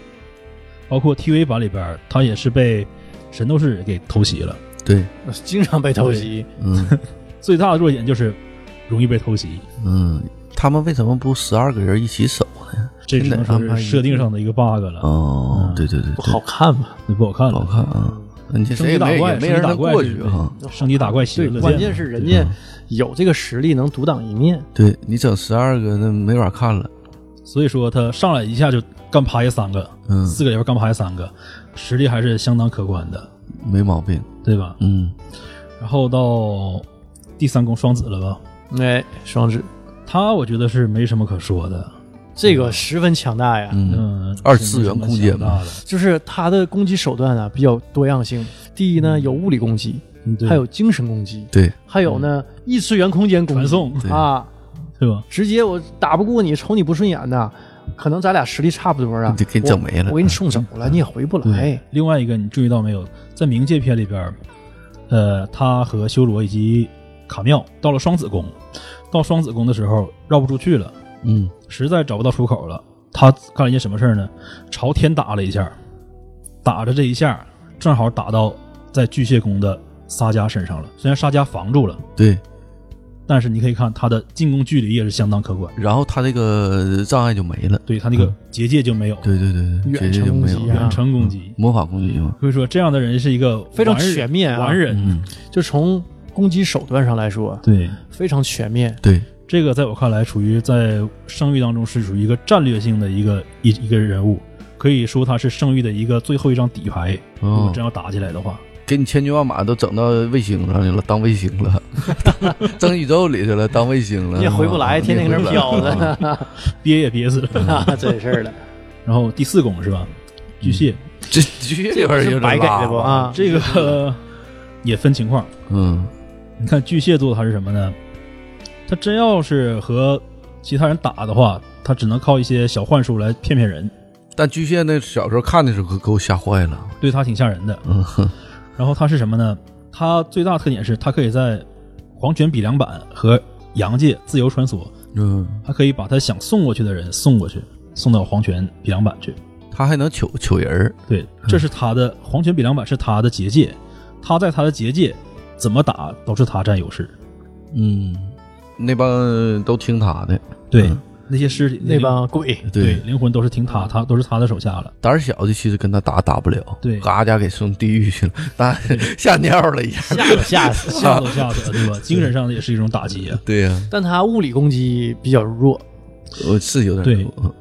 Speaker 3: 包括 TV 版里边，他也是被神斗士给偷袭了。
Speaker 2: 对，
Speaker 1: 经常被偷袭，
Speaker 2: 嗯
Speaker 3: 最大的弱点就是容易被偷袭，
Speaker 2: 嗯，他们为什么不十二个人一起守呢？
Speaker 3: 这只能说是设定上的一个 bug 了，
Speaker 2: 哦
Speaker 3: 嗯，
Speaker 2: 对对对，
Speaker 1: 不
Speaker 2: 对
Speaker 1: 好看嘛？
Speaker 3: 那不好看
Speaker 2: 好
Speaker 3: 了。
Speaker 2: 看啊，你这谁
Speaker 3: 升级
Speaker 2: 也
Speaker 3: 打
Speaker 2: 没
Speaker 3: 怪，
Speaker 2: 也
Speaker 3: 升
Speaker 2: 没
Speaker 3: 级
Speaker 2: 人
Speaker 3: 打
Speaker 2: 能
Speaker 3: 怪
Speaker 2: 过
Speaker 3: 就是
Speaker 2: 去啊。
Speaker 3: 升级打怪喜
Speaker 1: 对
Speaker 3: 闻，乐见
Speaker 1: 关
Speaker 3: 嘛
Speaker 1: 键是人家有这个实力能独当一面。
Speaker 2: 对你整十二个那没法看了，
Speaker 3: 所以说他上来一下就干趴下三个，
Speaker 2: 嗯，
Speaker 3: 四个里边干趴下三个，实力还是相当可观的，
Speaker 2: 没毛病，
Speaker 3: 对吧？
Speaker 2: 嗯
Speaker 3: 然后到第三宫双子了吧？
Speaker 1: 哎，双子
Speaker 3: 他我觉得是没什么可说的，
Speaker 1: 这个十分强大呀，
Speaker 2: 嗯，
Speaker 3: 嗯，
Speaker 2: 二次元空间嘛
Speaker 3: 嘛，
Speaker 1: 就是他的攻击手段啊比较多样性。第一呢，有物理攻击，
Speaker 3: 嗯对
Speaker 1: 还有精神攻击，
Speaker 2: 对，
Speaker 1: 还有呢异次元空间攻击
Speaker 3: 传送，
Speaker 2: 对
Speaker 1: 啊，
Speaker 3: 对吧？
Speaker 1: 直接我打不过你，瞅你不顺眼呐，可能咱俩实力差不多啊，
Speaker 2: 就给你整没了
Speaker 1: 我，我给你送走了，你也回不来。
Speaker 3: 另外一个你注意到没有，在冥界篇里边，呃，他和修罗以及卡妙到了双子宫，到双子宫的时候绕不出去了，
Speaker 2: 嗯
Speaker 3: 实在找不到出口了，他干了一件什么事儿呢？朝天打了一下，打着这一下，正好打到在巨蟹宫的沙加身上了。虽然沙加防住了，
Speaker 2: 对，
Speaker 3: 但是你可以看他的进攻距离也是相当可观，
Speaker 2: 然后他这个障碍就没了，
Speaker 3: 对他
Speaker 1: 嗯
Speaker 3: 那个结界就没有，
Speaker 2: 对对对对，
Speaker 1: 远
Speaker 2: 绝对就
Speaker 1: 程攻
Speaker 2: 没有
Speaker 1: 击
Speaker 2: 了
Speaker 1: 啊
Speaker 3: 远程攻击。
Speaker 2: 魔法攻击嘛，
Speaker 3: 所以说，这样的人是一个
Speaker 1: 非常
Speaker 3: 完人
Speaker 1: 全面啊
Speaker 3: 完人。
Speaker 2: 嗯，
Speaker 1: 就从攻击手段上来说，
Speaker 3: 对，
Speaker 1: 非常全面。
Speaker 2: 对，
Speaker 3: 这个在我看来，属于在生育当中是属于一个战略性的一个一一个人物，可以说他是生育的一个最后一张底牌。如果
Speaker 2: 哦
Speaker 3: 真，要打起来的话，
Speaker 2: 给你千军万马都整到卫星上去了，当卫星了， [LAUGHS] 整宇宙里去了，当卫星
Speaker 1: 嗯
Speaker 2: 了，
Speaker 1: 你也回不来，
Speaker 2: 啊
Speaker 1: 天天搁那儿飘。
Speaker 2: 你也回不来啊
Speaker 1: 着，
Speaker 3: [LAUGHS] 憋也憋死了。
Speaker 1: [LAUGHS] 啊真事儿
Speaker 2: [LAUGHS]
Speaker 1: 了。
Speaker 3: 然后第四宫是吧？巨
Speaker 1: 嗯
Speaker 3: 蟹，
Speaker 2: [LAUGHS] 这局里边儿有点
Speaker 1: 白给
Speaker 2: 拉
Speaker 1: 的不？啊？
Speaker 3: 这个呃也分情况。
Speaker 2: 嗯，
Speaker 3: 你看巨蟹座它是什么呢？它真要是和其他人打的话，它只能靠一些小幻术来骗骗人，
Speaker 2: 但巨蟹那小时候看的时候可给我吓坏了， [LAUGHS]
Speaker 3: 对它挺吓人的。
Speaker 2: 嗯哼，
Speaker 3: 然后它是什么呢？它最大特点是它可以在黄泉比良版和阳界自由穿梭，
Speaker 2: 嗯，
Speaker 3: 它可以把它想送过去的人送过去，送到黄泉比良版去。
Speaker 2: 他还能求求人儿，
Speaker 3: 对，这是它的黄泉比良版是它的结界，它在它的结界怎么打都是它占优势。
Speaker 2: 嗯，那帮都听他的，
Speaker 3: 对，
Speaker 2: 嗯
Speaker 3: 那些尸体
Speaker 1: 那帮鬼
Speaker 3: 对，灵魂都是听他，他都是他的手下了。
Speaker 2: 胆儿小的其实跟他打打不了，
Speaker 3: 对
Speaker 2: 嘎家给送地狱去了，那吓尿了一下，
Speaker 1: 吓都吓
Speaker 2: [LAUGHS]
Speaker 1: 死。
Speaker 3: [LAUGHS]
Speaker 2: 啊
Speaker 3: 吓都吓死了，对吧？精神上的也是一种打击啊。
Speaker 2: 对呀、
Speaker 1: 但他物理攻击比较弱
Speaker 2: 我是有点
Speaker 3: 对
Speaker 2: 多，嗯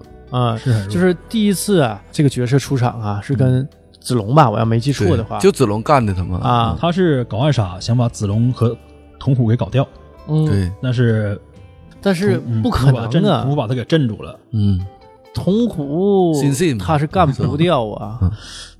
Speaker 1: 啊，
Speaker 3: 是很弱
Speaker 1: 就是第一次啊，这个角色出场啊，是跟子龙吧，我要没记错的话，
Speaker 2: 对就子龙干的他们，
Speaker 1: 啊，
Speaker 3: 他是搞暗杀，想把子龙和童虎给搞掉，
Speaker 1: 嗯，
Speaker 2: 对，
Speaker 3: 但是
Speaker 1: 但是
Speaker 3: 嗯
Speaker 1: 不可
Speaker 3: 童虎把他
Speaker 1: 能
Speaker 3: 镇
Speaker 1: 啊
Speaker 3: 童虎，把他给镇住了，
Speaker 2: 嗯，
Speaker 1: 铜虎
Speaker 2: 心碎嘛
Speaker 1: 他是干不掉啊，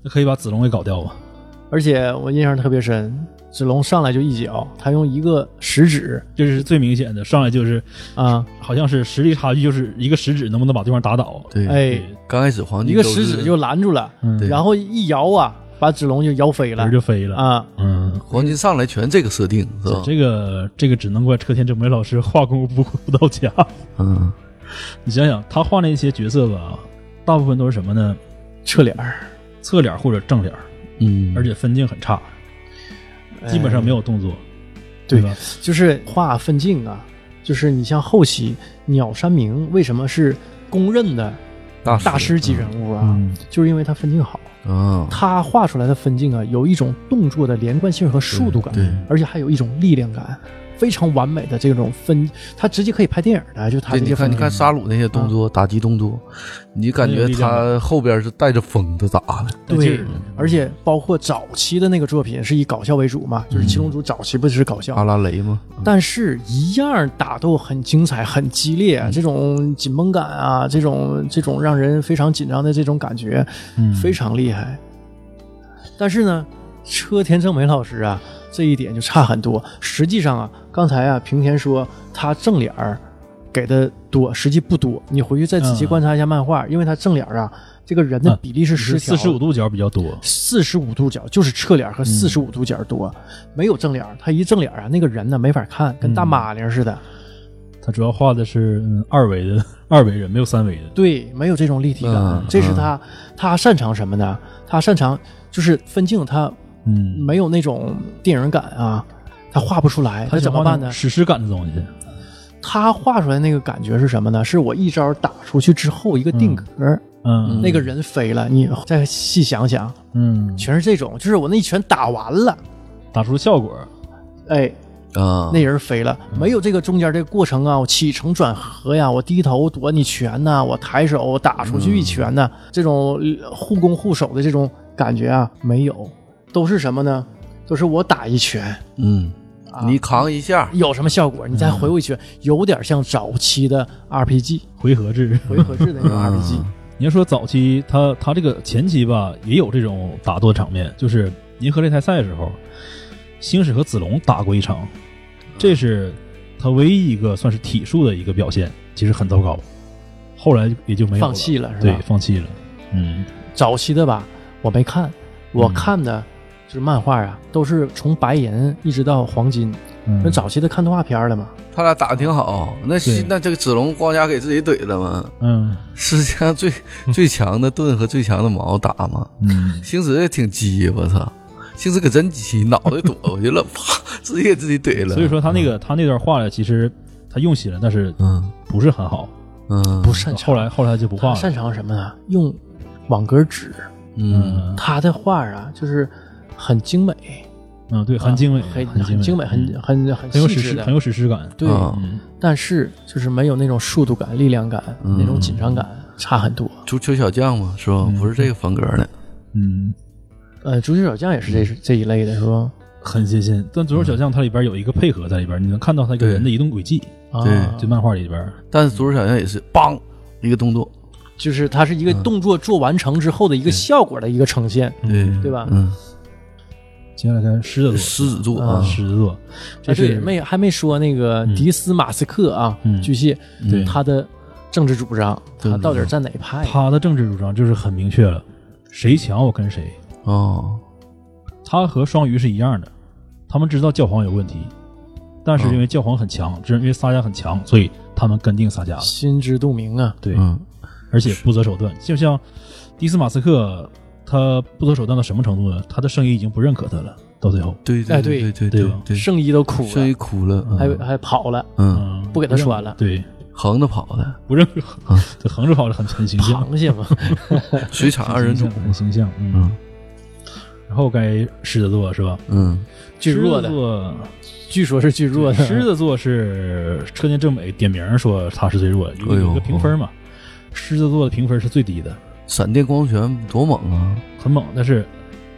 Speaker 3: 那可以把子龙给搞掉吧？
Speaker 1: [LAUGHS] 而且我印象特别深，子龙上来就一脚，他用一个食指
Speaker 3: 这是最明显的，上来就是
Speaker 1: 啊，
Speaker 3: 好像是实力差距，就是一个食指能不能把对方打倒？
Speaker 2: 对，
Speaker 1: 哎，
Speaker 2: 刚开始黄
Speaker 1: 一
Speaker 2: 金
Speaker 1: 个
Speaker 2: 都
Speaker 1: 食
Speaker 2: 是
Speaker 1: 指就拦住了，
Speaker 3: 嗯
Speaker 2: 对
Speaker 1: 然后一摇啊，把子龙就摇飞了
Speaker 3: 人就飞了。
Speaker 1: 啊，
Speaker 3: 嗯，
Speaker 2: 黄金上来全这个设定是吧？
Speaker 3: 这个这个只能怪车田正美老师画工不不到家。 [LAUGHS]
Speaker 2: 嗯，
Speaker 3: 你想想，他画那些角色吧，大部分都是什么呢？
Speaker 1: 侧脸儿，
Speaker 3: 侧脸或者正脸，
Speaker 2: 嗯，
Speaker 3: 而且分镜很差，哎基本上没有动作，
Speaker 1: 哎对
Speaker 3: 吧？
Speaker 1: 就是画分镜啊，就是你像后期鸟山明为什么是公认的
Speaker 2: 大
Speaker 1: 大师级人物
Speaker 3: 嗯
Speaker 1: 啊，就是因为他分镜好，
Speaker 2: 嗯啊，
Speaker 1: 他画出来的分镜啊有一种动作的连贯性和速度感，
Speaker 2: 对，
Speaker 1: 而且还有一种力量感，非常完美的这种分，他直接可以拍电影的，就他
Speaker 2: 对，
Speaker 1: 这
Speaker 2: 你
Speaker 1: 些嗯
Speaker 2: 看
Speaker 1: 分
Speaker 2: 你
Speaker 1: 镜。
Speaker 2: 看沙鲁那些动作，打击动作，你感觉他后边是带着风的打的，
Speaker 3: 带
Speaker 1: 对
Speaker 3: 劲儿，
Speaker 1: 而且包括早期的那个作品是以搞笑为主嘛，就是
Speaker 3: 嗯
Speaker 1: 《七龙珠》早期不只是搞笑，
Speaker 2: 阿拉蕾吗？
Speaker 1: 但是一样打斗很精彩、很激烈，啊
Speaker 3: 嗯
Speaker 1: 这种紧绷感啊，这种这种让人非常紧张的这种感觉，
Speaker 3: 嗯
Speaker 1: 非常厉害。但是呢，车田正美老师啊，这一点就差很多。实际上啊，刚才啊，平田说他正脸儿给的多，实际不多。你回去再仔细
Speaker 3: 嗯
Speaker 1: 观察一下漫画，因为他正脸儿啊，这个人的比例是失调
Speaker 3: 四
Speaker 1: 的。
Speaker 3: 十五度角比较多，
Speaker 1: 四十五度角，就是侧脸和四十五度角多，没有正脸儿。他一正脸儿啊，那个人呢没法看，跟大马铃似的。
Speaker 3: 他主要画的是嗯二维的二维人，没有三维的。
Speaker 1: 对，没有这种立体感，
Speaker 2: 嗯
Speaker 1: 这是他、他擅长什么呢？他擅长就是分镜，他
Speaker 3: 嗯，
Speaker 1: 没有那种电影感啊，他画不出来，他怎么办呢？
Speaker 3: 史诗感的东西，
Speaker 1: 他画出来那个感觉是什么呢？是我一招打出去之后一个定格，
Speaker 3: 嗯
Speaker 1: 那个人飞了。你再细想想，
Speaker 3: 嗯，
Speaker 1: 全是这种，就是我那一拳打完了，
Speaker 3: 打出效果，
Speaker 1: 哎，
Speaker 2: 啊，
Speaker 1: 那人飞了，没有这个中间这个过程啊，我起承转合呀，我低头躲你拳呐、我抬手打出去一拳呐、这种呃互攻互守的这种感觉啊，没有，都是什么呢？都是我打一拳，
Speaker 2: 嗯，
Speaker 1: 啊
Speaker 2: 你扛一下，
Speaker 1: 有什么效果？你再回我一拳，有点像早期的 RPG
Speaker 3: 回合制。
Speaker 1: 回合制的
Speaker 2: 嗯
Speaker 1: 那种 RPG，、
Speaker 3: 你要说早期他他这个前期吧，也有这种打斗场面，就是银河擂台赛的时候，星矢和子龙打过一场，
Speaker 1: 啊
Speaker 3: 这是他唯一一个算是体术的一个表现，其实很糟糕，后来也就没有
Speaker 1: 放弃了是吧
Speaker 3: 对，放弃了，嗯，
Speaker 1: 早期的吧，我没看，我看的就是漫画啊，都是从白银一直到黄金，那
Speaker 3: 嗯
Speaker 1: 早期的看动画片了嘛。
Speaker 2: 他俩打的挺好。那西
Speaker 3: 对
Speaker 2: 那这个子龙光家给自己怼了吗？
Speaker 3: 嗯
Speaker 2: 世界上
Speaker 1: [LAUGHS]
Speaker 2: 最最强的盾和最强的矛打吗？
Speaker 3: 嗯，
Speaker 2: 星矢也挺鸡，我操！星矢可真鸡，脑袋躲过去了，啪，自己给自己怼了。
Speaker 3: 所以，说他那个他那段画的其实他用心了，但是
Speaker 2: 嗯
Speaker 3: 不是很好，
Speaker 2: 嗯，
Speaker 1: 不擅长。
Speaker 3: 后来后来就不
Speaker 1: 他
Speaker 3: 画了，
Speaker 1: 擅长什么呢？用网格纸，
Speaker 2: 嗯，
Speaker 3: 嗯
Speaker 1: 他的画啊，就是很精美，啊
Speaker 3: 嗯，对，很精美，
Speaker 1: 很
Speaker 3: 很
Speaker 1: 精美，很
Speaker 3: 嗯
Speaker 1: 很很
Speaker 3: 很有
Speaker 1: 细
Speaker 3: 史
Speaker 1: 致
Speaker 3: 诗，很
Speaker 1: 的。
Speaker 3: 有史诗感，
Speaker 1: 对，
Speaker 2: 啊
Speaker 3: 嗯，
Speaker 1: 但是就是没有那种速度感、力量感、
Speaker 2: 嗯
Speaker 1: 那种紧张
Speaker 3: 嗯
Speaker 1: 感，差很多。
Speaker 2: 足球小将嘛，是吧？不是这个风格的。
Speaker 3: 嗯，
Speaker 1: 呃，足球小将也是
Speaker 2: 嗯
Speaker 1: 这这一类的，是吧？
Speaker 3: 很接近。但左手小将它里边有一个配合在里边，你能看到他一个
Speaker 2: 对
Speaker 3: 人的移动轨迹，
Speaker 1: 啊
Speaker 2: 对
Speaker 3: 就漫画里边，
Speaker 2: 但是足球小将也是梆一个动作，
Speaker 1: 就是它是一个动作做完成之后的一个效果的一个呈现，
Speaker 2: 对
Speaker 1: 对吧？啊
Speaker 2: 嗯，
Speaker 3: 接下来看狮子座，
Speaker 2: 狮子座
Speaker 1: 啊
Speaker 2: 啊，
Speaker 3: 狮子座，这
Speaker 1: 啊，对，
Speaker 3: 是
Speaker 1: 没还没说那个
Speaker 2: 嗯
Speaker 1: 迪斯马斯克啊
Speaker 3: 嗯，
Speaker 1: 巨蟹
Speaker 3: 对，
Speaker 1: 他的政治主张，他到底站哪派？
Speaker 3: 他的政治主张就是很明确了，谁强我跟谁。
Speaker 2: 哦，
Speaker 3: 他和双鱼是一样的，他们知道教皇有问题，但
Speaker 1: 啊
Speaker 3: 是因为教皇很强，只是因为撒迦很强，所以他们跟定撒迦了。
Speaker 1: 心知肚明啊，
Speaker 3: 对，
Speaker 2: 嗯
Speaker 3: 而且不择手段，就像迪斯马斯克，他不择手段到什么程度呢？他的圣衣已经不认可他了，到最后，
Speaker 2: 对
Speaker 1: 哎对
Speaker 2: 对对
Speaker 3: 对
Speaker 2: 对
Speaker 3: 吧
Speaker 2: 对，
Speaker 1: 圣衣都哭了，
Speaker 2: 声音哭了，嗯
Speaker 1: 还还跑了，
Speaker 2: 嗯，
Speaker 3: 嗯，
Speaker 1: 不给他穿了
Speaker 3: 对，
Speaker 2: 横着跑的，
Speaker 3: 不认可，这横着跑是很很形象，
Speaker 1: 螃蟹嘛，
Speaker 2: 水产二人组，
Speaker 3: 很形象，嗯
Speaker 2: 嗯。
Speaker 3: 然后该狮子座是吧？
Speaker 2: 嗯，
Speaker 1: 巨弱
Speaker 3: 狮子
Speaker 1: 的，
Speaker 3: 座，
Speaker 1: 据说是巨弱的，
Speaker 3: 狮子座是车间政委点名说他是最弱的，有
Speaker 2: 哎呦哦
Speaker 3: 有一个评分嘛。狮子座的评分是最低的，
Speaker 2: 闪电光拳多猛啊！
Speaker 3: 很猛。但是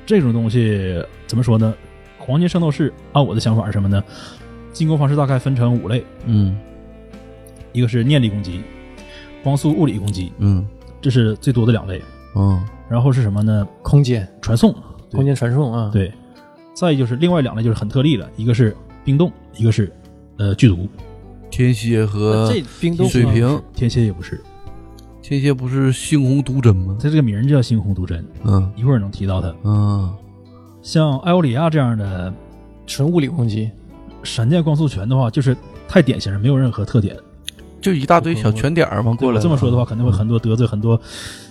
Speaker 3: 这种东西怎么说呢？黄金圣斗士按我的想法是什么呢？进攻方式大概分成五类，
Speaker 2: 嗯
Speaker 3: 一个是念力攻击，光速物理攻击，
Speaker 2: 嗯
Speaker 3: 这是最多的两类。
Speaker 2: 嗯
Speaker 3: 然后是什么呢？
Speaker 1: 空间
Speaker 3: 传送，对
Speaker 1: 空间传送啊，，
Speaker 3: 对，再就是另外两类就是很特例了，一个是冰冻，一个是呃剧毒，
Speaker 2: 天蝎
Speaker 3: 呃
Speaker 2: 和
Speaker 1: 呃哎这冰冻
Speaker 2: 水瓶，
Speaker 3: 天蝎也不是。
Speaker 2: 天蝎不是猩红毒针吗？
Speaker 3: 它这个名儿叫猩红毒针，
Speaker 2: 嗯
Speaker 3: 一会儿能提到它。
Speaker 2: 嗯
Speaker 3: 像艾欧里亚这样的
Speaker 1: 纯物理攻击，
Speaker 3: 闪电光速拳的话，就是太典型了，没有任何特点。
Speaker 2: 就一大堆小拳点儿嘛，过
Speaker 3: 对我
Speaker 2: 来
Speaker 3: 这么说的话，肯定会很多得罪很多
Speaker 1: 嗯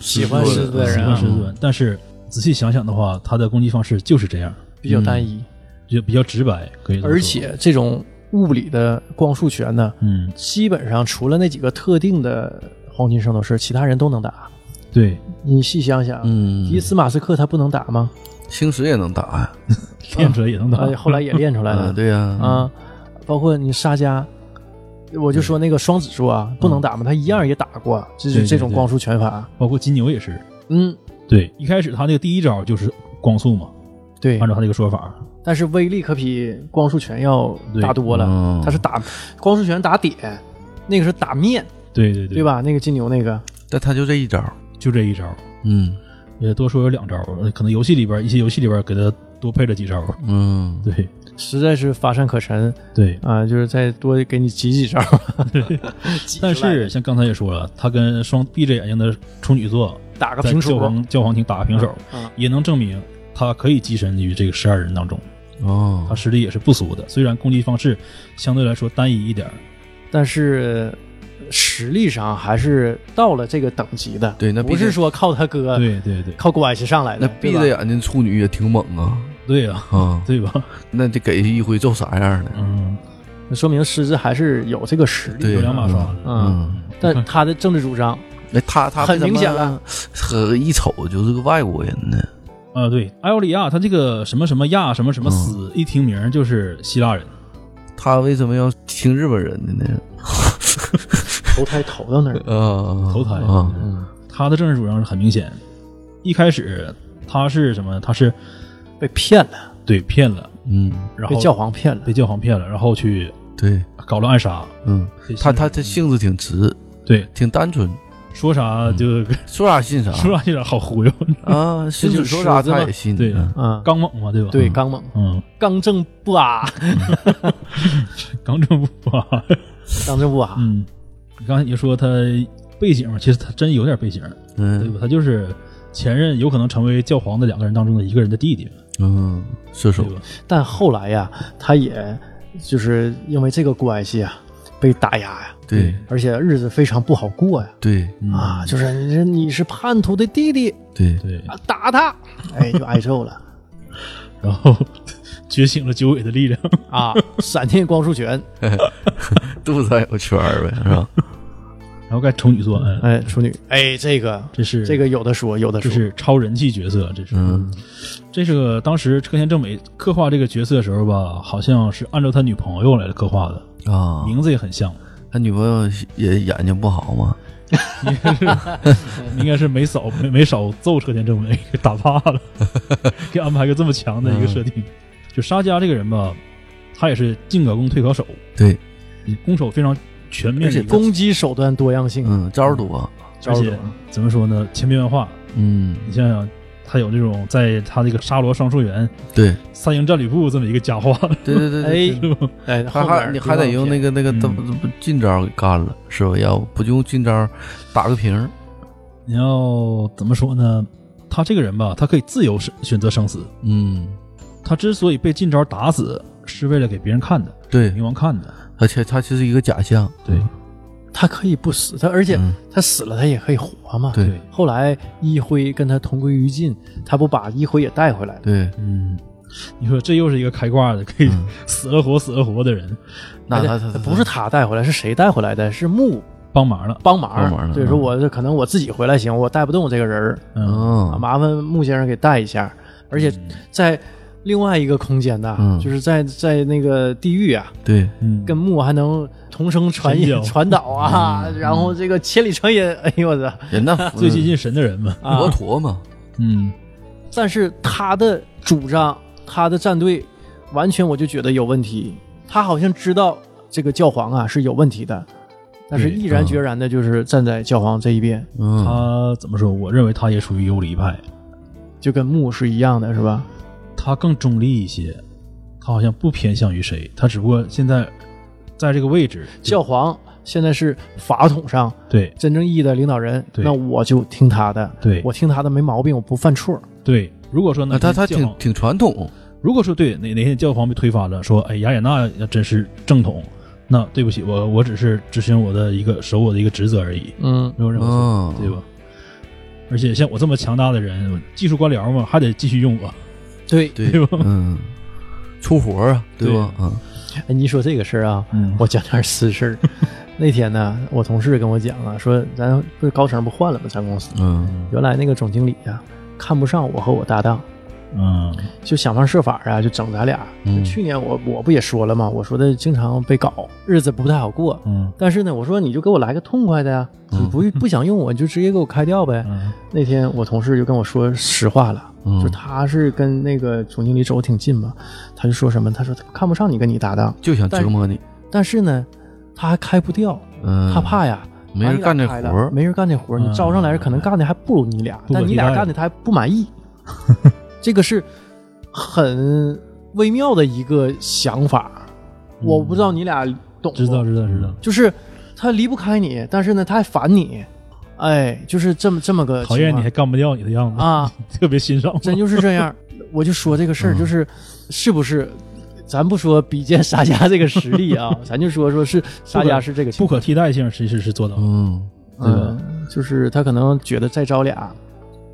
Speaker 1: 喜欢
Speaker 2: 狮
Speaker 1: 狮
Speaker 2: 子
Speaker 1: 子
Speaker 2: 座
Speaker 1: 的
Speaker 3: 喜
Speaker 1: 人
Speaker 3: 欢
Speaker 1: 啊
Speaker 3: 狮子座。但是仔细想想的话，它的攻击方式就是这样，
Speaker 1: 比较单一，
Speaker 3: 嗯就比较直白，可以这么说。
Speaker 1: 而且这种物理的光速拳呢，
Speaker 3: 嗯，
Speaker 1: 基本上除了那几个特定的黄金圣斗士，其他人都能打。
Speaker 3: 对，
Speaker 1: 你细想想，
Speaker 2: 嗯
Speaker 1: 迪，斯马斯克他不能打吗？
Speaker 2: 星矢也能打呀，
Speaker 3: 练出来也能打
Speaker 1: 哎，。后来也练出来了
Speaker 2: 嗯，。
Speaker 3: [LAUGHS]
Speaker 2: 对呀，
Speaker 1: 啊，包括你沙加，我就说那个双子座啊，不能打嘛，他一样也打过，这
Speaker 3: 嗯对
Speaker 1: 是
Speaker 3: 对
Speaker 1: 这种
Speaker 3: 对
Speaker 1: 光速拳法。
Speaker 3: 包括金牛也是，
Speaker 1: 嗯，
Speaker 3: 对，一开始他那个第一招就是光速嘛，
Speaker 1: 对
Speaker 3: 按，照他这个说法，
Speaker 1: 但是威力可比光速拳要大多了。
Speaker 2: 嗯
Speaker 1: 他是打光速拳打点，那个是打面，
Speaker 3: 对对对，
Speaker 1: 对？吧？那个金牛那个，
Speaker 2: 但他就这一招，
Speaker 3: 就这一招，
Speaker 2: 嗯
Speaker 3: 也多说有两招，呃可能游戏里边一些游戏里边给他多配了几招，
Speaker 2: 嗯，
Speaker 3: [LAUGHS] 对
Speaker 1: 实在是乏善可陈
Speaker 3: 对。
Speaker 1: 啊！就是再多给你挤几招。 [LAUGHS] 挤出来
Speaker 3: 但是像刚才也说了，他跟双闭着眼睛的处女座
Speaker 1: 打个
Speaker 3: 在
Speaker 1: 平
Speaker 3: 教
Speaker 1: 手，
Speaker 3: 皇教皇厅打个平手，
Speaker 1: 嗯
Speaker 3: 也能证明他可以跻身于这个十二人当中，他
Speaker 2: 哦，
Speaker 3: 实力也是不俗的。虽然攻击方式相对来说单一一点儿，
Speaker 1: 但是实力上还是到了这个等级的。
Speaker 2: 对那毕
Speaker 1: 不是
Speaker 2: 竟
Speaker 1: 说靠他哥，
Speaker 3: 对对对
Speaker 1: 呃靠关系上来的，
Speaker 2: 那
Speaker 1: 对
Speaker 2: 闭
Speaker 1: 吧
Speaker 2: 着眼睛处女也挺猛啊
Speaker 3: 对呀、啊，
Speaker 2: 啊，
Speaker 3: 对吧？ [LAUGHS]
Speaker 2: 那得给一回揍啥样的？
Speaker 3: 嗯，
Speaker 1: 那说明狮子还是有这个实力。
Speaker 2: 对
Speaker 3: 有两码
Speaker 2: 嗯
Speaker 3: 刷，
Speaker 1: 嗯，但他的政治主张
Speaker 2: 那他他
Speaker 1: 很明显啊了，
Speaker 2: 和一瞅就是个外国人呢。
Speaker 3: 啊，对，艾奥里亚他这个什么什么亚什么
Speaker 1: 嗯
Speaker 3: 什么斯，一听名儿就是希腊人，
Speaker 2: 他为什么要听日本人的呢？
Speaker 1: 投胎投到那儿。
Speaker 2: 啊，
Speaker 3: 投胎
Speaker 2: 啊，
Speaker 3: 他的政治主张是很明显。一开始他是什么？他是
Speaker 1: 被骗了，
Speaker 3: 对骗了，
Speaker 2: 嗯，
Speaker 3: 然
Speaker 1: 被
Speaker 3: 后
Speaker 1: 教皇骗了
Speaker 3: 被。教皇骗了，然后去
Speaker 2: 对，
Speaker 3: 搞了暗杀。
Speaker 2: 嗯，他他他性子挺直，
Speaker 3: 对
Speaker 2: 挺单纯，
Speaker 3: 说啥就、
Speaker 2: 说啥信啥
Speaker 3: [LAUGHS] 说啥就啥好忽悠，
Speaker 2: 嗯啊，信
Speaker 1: 就
Speaker 2: 子
Speaker 1: 是
Speaker 2: 说啥
Speaker 1: 狮子嘛
Speaker 2: 他也信。
Speaker 3: 对
Speaker 2: 嗯
Speaker 1: 嗯，
Speaker 3: 刚猛嘛，对吧？
Speaker 1: 对，，刚猛，
Speaker 3: 嗯，
Speaker 1: 刚正不啊阿，
Speaker 3: 刚正不阿。
Speaker 1: 刚正不啊阿。
Speaker 3: 嗯，你刚才你说他背景嘛，其实他真有点背景，对
Speaker 2: 嗯
Speaker 3: 吧？他就是前任有可能成为教皇的两个人当中的一个人的弟弟，
Speaker 2: 嗯，射手
Speaker 3: 对吧？
Speaker 1: 但后来呀，他也就是因为这个关系啊，被打压呀，
Speaker 2: 对
Speaker 1: 而且日子非常不好过呀。
Speaker 2: 对
Speaker 3: 嗯
Speaker 1: 啊，就是你是你是叛徒的弟弟，
Speaker 2: 对，
Speaker 3: 对，
Speaker 1: 啊打他，哎，就挨揍了
Speaker 3: 然后 [LAUGHS] 觉醒了九尾的力量。
Speaker 1: 啊！闪电光束拳，
Speaker 2: [LAUGHS] 肚子还有圈儿呗，是吧？
Speaker 3: 然后该处女座，嗯，
Speaker 1: 哎，处女，哎，这个
Speaker 3: 这是
Speaker 1: 这个有的说，有的
Speaker 3: 就
Speaker 1: 说，
Speaker 3: 是超人气角色，这是、
Speaker 2: 嗯
Speaker 3: 这是个当时车田正美刻画这个角色的时候吧，好像是按照他女朋友来刻画的，
Speaker 2: 啊，
Speaker 3: 名字也很像，
Speaker 2: 他女朋友也眼睛不好嘛，
Speaker 3: 应该是
Speaker 1: [LAUGHS]
Speaker 3: 没少没没少揍车田正美，给打怕了，给安排个这么强的一个设
Speaker 1: 嗯
Speaker 3: 定。就沙加这个人吧，他也是进可攻退可守，
Speaker 2: 对，
Speaker 3: 攻守非常全面
Speaker 1: 而且
Speaker 3: 的一个，
Speaker 1: 攻击手段多样性，
Speaker 2: 嗯，招儿多，
Speaker 1: 招
Speaker 3: 而
Speaker 1: 手
Speaker 3: 且怎么说呢，千变万化。
Speaker 2: 嗯，
Speaker 3: 你想想，他有这种在他这个沙罗双树园
Speaker 2: 对
Speaker 3: 三营战吕布这么一个佳话，
Speaker 2: 对对对对，
Speaker 1: 哎
Speaker 3: 是吧？
Speaker 1: 哎，
Speaker 2: 还
Speaker 1: 后
Speaker 2: 还你还得用那
Speaker 1: 个
Speaker 2: 个那个
Speaker 3: 嗯
Speaker 2: 怎么怎么近招给干了，是吧？要不就用近招打个平儿，
Speaker 3: 你要怎么说呢？他这个人吧，他可以自由选选择生死。
Speaker 2: 嗯，
Speaker 3: 他之所以被近招打死，是为了给别人看的，
Speaker 2: 对
Speaker 3: 冥，王看的。
Speaker 2: 他其他其实一个假象，
Speaker 3: 对
Speaker 1: 他可以不死，他而且
Speaker 2: 嗯
Speaker 1: 他死了他也可以活嘛。
Speaker 2: 对
Speaker 1: 后来一辉跟他同归于尽，他不把一辉也带回来了，
Speaker 2: 对，
Speaker 3: 嗯，你说这又是一个开挂的，可以
Speaker 2: 嗯
Speaker 3: 死了活死了活的人
Speaker 2: 那他
Speaker 1: 而且
Speaker 2: 他他
Speaker 1: 哎不是他带回来，是谁带回来的？是木
Speaker 3: 帮忙了。
Speaker 1: 帮忙，
Speaker 2: 帮忙的
Speaker 1: 对，
Speaker 2: 嗯
Speaker 1: 说我这可能我自己回来行，我带不动这个人儿，
Speaker 3: 嗯，
Speaker 1: 啊
Speaker 2: 嗯
Speaker 1: 麻烦木先生给带一下。而且在另外一个空间呐，
Speaker 2: 嗯
Speaker 1: 就是在在那个地狱啊，
Speaker 2: 对，
Speaker 3: 嗯
Speaker 1: 跟木啊还能同声传
Speaker 3: 神
Speaker 1: 音
Speaker 3: 交
Speaker 1: 传导啊，
Speaker 2: 嗯
Speaker 1: 然后这个千里传音，哎呦我的
Speaker 2: 人那
Speaker 3: [LAUGHS] 最接近神的人嘛。
Speaker 1: 啊
Speaker 2: 佛！陀嘛，
Speaker 3: 嗯，
Speaker 1: 但是他的主张，他的战队，完全我就觉得有问题。他好像知道这个教皇啊是有问题的，但是
Speaker 3: 对
Speaker 1: 毅然决然的就是站在教皇这一边，
Speaker 2: 嗯，
Speaker 3: 他怎么说？我认为他也属于游离派，
Speaker 1: 就跟木是一样的，是吧？
Speaker 3: 他更中立一些，他好像不偏向于谁，他只不过现在在这个位置就
Speaker 1: 教皇现在是法统上
Speaker 3: 对
Speaker 1: 真正意义的领导人，
Speaker 3: 对
Speaker 1: 那我就听他的，
Speaker 3: 对
Speaker 1: 我听他的没毛病，我不犯错。
Speaker 3: 对。如果说呢，
Speaker 2: 那啊他他
Speaker 3: 教
Speaker 2: 挺挺传统，
Speaker 3: 如果说对哪哪天教皇被推翻了，说哎雅典娜要真是正统，那对不起，我我只是执行我的一个守我的一个职责而已，
Speaker 1: 嗯，
Speaker 3: 没有任何错，
Speaker 2: 嗯，
Speaker 3: 对吧？而且像我这么强大的人，我技术官僚啊嘛，还得继续用我，
Speaker 1: 对，
Speaker 2: 对
Speaker 3: 对吧
Speaker 2: 嗯，出活啊，对吧？嗯，
Speaker 1: 哎，你一说这个事儿啊，
Speaker 3: 嗯
Speaker 1: [LAUGHS] 我讲点私事儿。 [LAUGHS] 那天呢，我同事跟我讲啊，说咱不是高层不换了吗？咱公司
Speaker 2: 嗯
Speaker 1: 原来那个总经理呀、看不上我和我搭档，
Speaker 3: 嗯
Speaker 1: 就想方设法啊，就整咱俩。
Speaker 2: 嗯
Speaker 1: 去年我我不也说了吗？我说的经常被搞，日子不太好过。
Speaker 3: 嗯
Speaker 1: 但是呢，我说你就给我来个痛快的呀、
Speaker 2: 嗯
Speaker 1: 你不不想用我，你就直接给我开掉呗。
Speaker 3: 嗯
Speaker 1: 那天我同事就跟我说实话了，
Speaker 2: 嗯
Speaker 1: 就他是跟那个总经理走挺近嘛，他就说什么，他说他看不上你跟你搭档，
Speaker 2: 就想折磨你，
Speaker 1: 但是呢，他还开不掉，
Speaker 2: 嗯，
Speaker 1: 他怕呀。
Speaker 2: 没人干这活
Speaker 1: 啊把你俩开了
Speaker 2: 儿，
Speaker 1: 没人干这活儿，你
Speaker 3: 嗯
Speaker 1: 招上来人可能干的还不如你俩，
Speaker 3: 不可
Speaker 1: 但你
Speaker 3: 替
Speaker 1: 俩
Speaker 3: 代
Speaker 1: 干的他还不满意，这个是很微妙的一个想法，我不知道你俩懂不？
Speaker 3: 知道知道知道，
Speaker 1: 就是他离不开你，但是呢，他还烦你，哎，就是这么这么个
Speaker 3: 讨厌你
Speaker 1: 情
Speaker 3: 还干不掉你的样子
Speaker 1: 况，啊，
Speaker 3: [LAUGHS] 特别欣赏我。
Speaker 1: 真就是这样。我就说这个事儿，就是是不是？咱不说比肩沙家这个实力啊，咱就说说是沙家是这个情
Speaker 3: 不
Speaker 1: 况，
Speaker 3: 可替代性其实是做到的，
Speaker 2: 嗯
Speaker 3: 对吧
Speaker 1: 嗯，就是他可能觉得再招俩，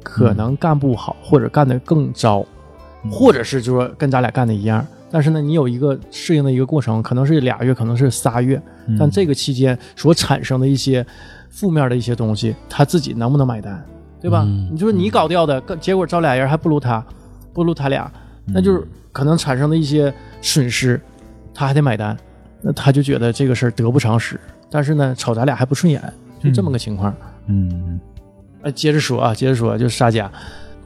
Speaker 1: 可
Speaker 3: 嗯
Speaker 1: 能干不好，或者干得更糟，或者是就说跟咱俩干的一样。但是呢，你有一个适应的一个过程，可能是俩月，可能是仨月，
Speaker 3: 嗯
Speaker 1: 但这个期间所产生的一些负面的一些东西，他自己能不能买单，对吧？
Speaker 2: 嗯
Speaker 1: 你说你搞掉的，跟结果招俩人还不如他，不如他俩，那
Speaker 3: 嗯
Speaker 1: 就是可能产生的一些损失，他还得买单，那他就觉得这个事儿得不偿失。但是呢，瞅咱俩还不顺眼，就这么个情况。
Speaker 3: 嗯
Speaker 1: 呃，接着说啊，接着说，就是沙家，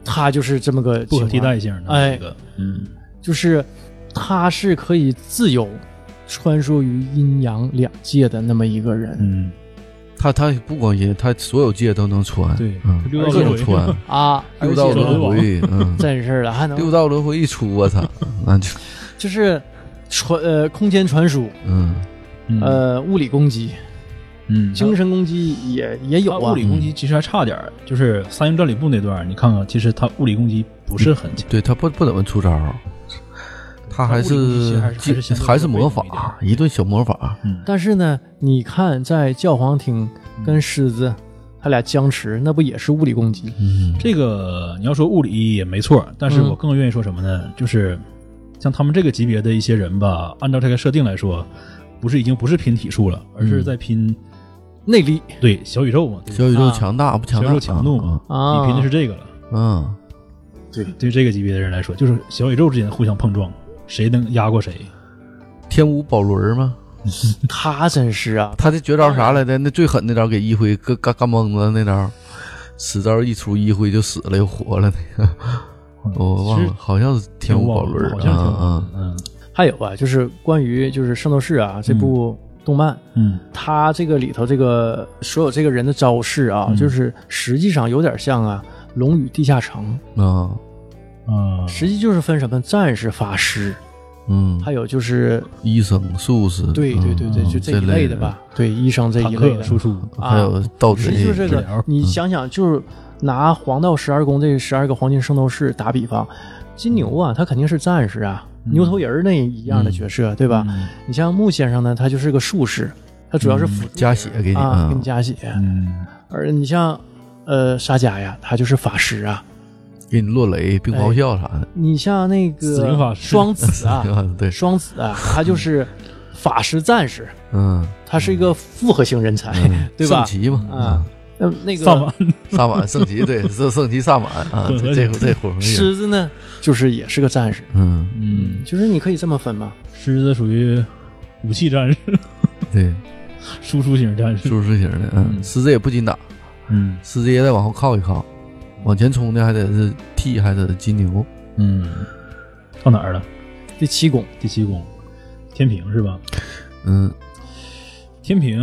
Speaker 1: 他就是这么个
Speaker 3: 不可
Speaker 1: 情况
Speaker 3: 替代性的
Speaker 1: 哎
Speaker 3: 这个，嗯
Speaker 1: 就是他是可以自由穿梭于阴阳两界的那么一个人。
Speaker 3: 嗯，
Speaker 2: 他他不光阴，他所有界都能穿，
Speaker 3: 对
Speaker 2: 嗯，
Speaker 3: 溜
Speaker 2: 各
Speaker 3: 达
Speaker 2: 种
Speaker 3: 轮回
Speaker 2: 穿，
Speaker 1: 啊，
Speaker 2: 六道
Speaker 1: 而且
Speaker 2: 轮回，嗯，
Speaker 1: [LAUGHS] 真是的，还能
Speaker 2: 六道轮回一出，我操，那就
Speaker 1: 就是传呃空间传输，
Speaker 2: 嗯，
Speaker 3: 嗯
Speaker 1: 呃物理攻击、
Speaker 3: 嗯
Speaker 1: 精神攻击也也有
Speaker 3: 他
Speaker 1: 啊
Speaker 3: 物理。攻击其实还差点儿，就是三英战吕布那段儿，你看看，其实他物理攻击不是很强，
Speaker 2: 对他不不怎么出招儿，他嗯还
Speaker 3: 他物理攻击
Speaker 2: 是
Speaker 3: 还是还是相对
Speaker 2: 还是魔
Speaker 3: 被动一
Speaker 2: 法，一顿小魔法，
Speaker 1: 但是呢，你看在教皇厅
Speaker 3: 嗯
Speaker 1: 跟狮子他俩僵持，那不也是物理攻击？
Speaker 2: 嗯，
Speaker 3: 这个你要说物理也没错，但是
Speaker 1: 嗯
Speaker 3: 我更愿意说什么呢？就是像他们这个级别的一些人吧，按照这个设定来说，不是已经不是拼体术了，而
Speaker 1: 嗯
Speaker 3: 是在拼、
Speaker 1: 内力
Speaker 3: 对小宇宙嘛，对吧
Speaker 2: 小宇宙
Speaker 1: 啊
Speaker 2: 强大不强
Speaker 3: 小
Speaker 2: 大？
Speaker 3: 宇宙强度嘛，
Speaker 1: 啊，
Speaker 3: 你拼的是这个了。
Speaker 2: 嗯，
Speaker 3: 对于这个级别的人来说，就是小宇宙之间互相碰撞，谁能压过谁？
Speaker 2: 天vũ宝轮儿吗？
Speaker 1: 他真是啊，
Speaker 2: 他这绝招啥来的？那最狠那招给一辉干干干懵了那招，此招一出一辉就死了又活了
Speaker 1: [LAUGHS]
Speaker 2: 那个，我忘
Speaker 3: 其
Speaker 2: 了
Speaker 3: 实，
Speaker 2: 好像是天
Speaker 3: 挺
Speaker 2: 武
Speaker 3: 网
Speaker 2: 宝轮儿
Speaker 3: 好像是
Speaker 2: 啊
Speaker 3: 嗯
Speaker 1: 还有啊，就是关于就是《圣斗士啊》这部动漫，
Speaker 3: 嗯
Speaker 1: 它这个里头这个所有这个人的招式啊，
Speaker 3: 嗯
Speaker 1: 就是实际上有点像啊《龙与地下城
Speaker 3: 嗯
Speaker 2: 啊啊》，
Speaker 3: 啊，
Speaker 1: 实际就是分什么战士、法师，
Speaker 2: 嗯，
Speaker 1: 还有就是
Speaker 2: 医生术士，
Speaker 1: 对对对对，
Speaker 3: 嗯
Speaker 1: 就这一
Speaker 2: 类
Speaker 1: 类的吧，对医生这
Speaker 3: 坦
Speaker 1: 一类
Speaker 3: 克
Speaker 1: 的
Speaker 3: 输。出，
Speaker 1: 啊
Speaker 2: 还有盗
Speaker 1: 实际
Speaker 2: 贼
Speaker 1: 就是这
Speaker 3: 治疗
Speaker 1: 个，你想想，就是拿黄道十二宫这十二个黄金圣斗士打比方，金牛啊，他肯定是战士啊，牛头人儿那一样的角色，对吧？
Speaker 3: 嗯
Speaker 1: 你像木先生呢，他就是个术士，他主要是辅助
Speaker 2: 加血给你
Speaker 1: 啊，给你
Speaker 2: 嗯
Speaker 1: 加血。
Speaker 3: 嗯
Speaker 1: 而你像呃沙迦呀，他就是法师啊。
Speaker 2: 给你落雷、冰
Speaker 1: 哎
Speaker 2: 雹笑啥的，
Speaker 1: 你像那
Speaker 3: 死灵法
Speaker 1: 个
Speaker 3: 师
Speaker 1: 双子
Speaker 3: [LAUGHS]
Speaker 1: 啊，
Speaker 2: 对，
Speaker 1: 双子啊，他就是法师战士，
Speaker 2: 嗯，
Speaker 1: 他是一个复合型人才，
Speaker 3: 嗯
Speaker 1: 对吧
Speaker 2: 圣？骑嘛，嗯
Speaker 1: 啊， [LAUGHS] 那那
Speaker 3: 萨
Speaker 1: 个
Speaker 3: [LAUGHS] 满
Speaker 2: 萨满圣骑，对，圣圣骑萨满
Speaker 1: [LAUGHS]
Speaker 2: 啊，这这这伙儿，
Speaker 1: 狮子呢，就是也是个战士，
Speaker 2: 嗯，
Speaker 3: 嗯，
Speaker 1: 就是你可以这么分吧。
Speaker 3: 狮子属于武器战士、 [LAUGHS]
Speaker 2: 对，
Speaker 3: 输出型战士。
Speaker 2: 舒适型的，嗯，狮子也不禁打，
Speaker 3: 嗯
Speaker 2: 狮子也得往后靠一靠，往前冲的还得是 T 还得是金牛，
Speaker 3: 嗯，到哪儿了？
Speaker 1: 第七宫，
Speaker 3: 第七宫，天平是吧？
Speaker 2: 嗯，
Speaker 3: 天平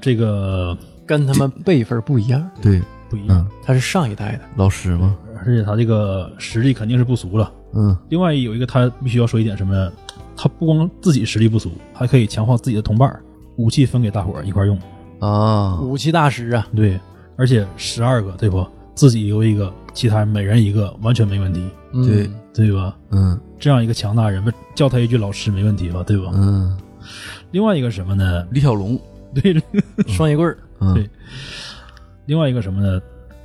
Speaker 3: 这个
Speaker 1: 跟他们辈分不一样，
Speaker 2: 对，
Speaker 3: 不一样
Speaker 2: 嗯，，
Speaker 1: 他是上一代的。
Speaker 2: 老师嘛，
Speaker 3: 而且他这个实力肯定是不俗了。
Speaker 2: 嗯
Speaker 3: 另外有一个他必须要说一点什么呢？他不光自己实力不俗，还可以强化自己的同伴儿，武器分给大伙儿一块儿用。
Speaker 2: 啊，
Speaker 1: 武器大师啊，
Speaker 3: 对，而且十二个对不？自己留一个，其他人每人一个，完全没问题，
Speaker 1: 嗯
Speaker 2: 对，
Speaker 3: 对吧？
Speaker 2: 嗯
Speaker 3: 这样一个强大人，叫他一句老师没问题吧？对吧？
Speaker 2: 嗯，
Speaker 3: 另外一个什么呢？
Speaker 2: 李小龙，
Speaker 3: 对，
Speaker 1: 双截棍儿，
Speaker 2: 嗯
Speaker 3: 另外一个什么呢？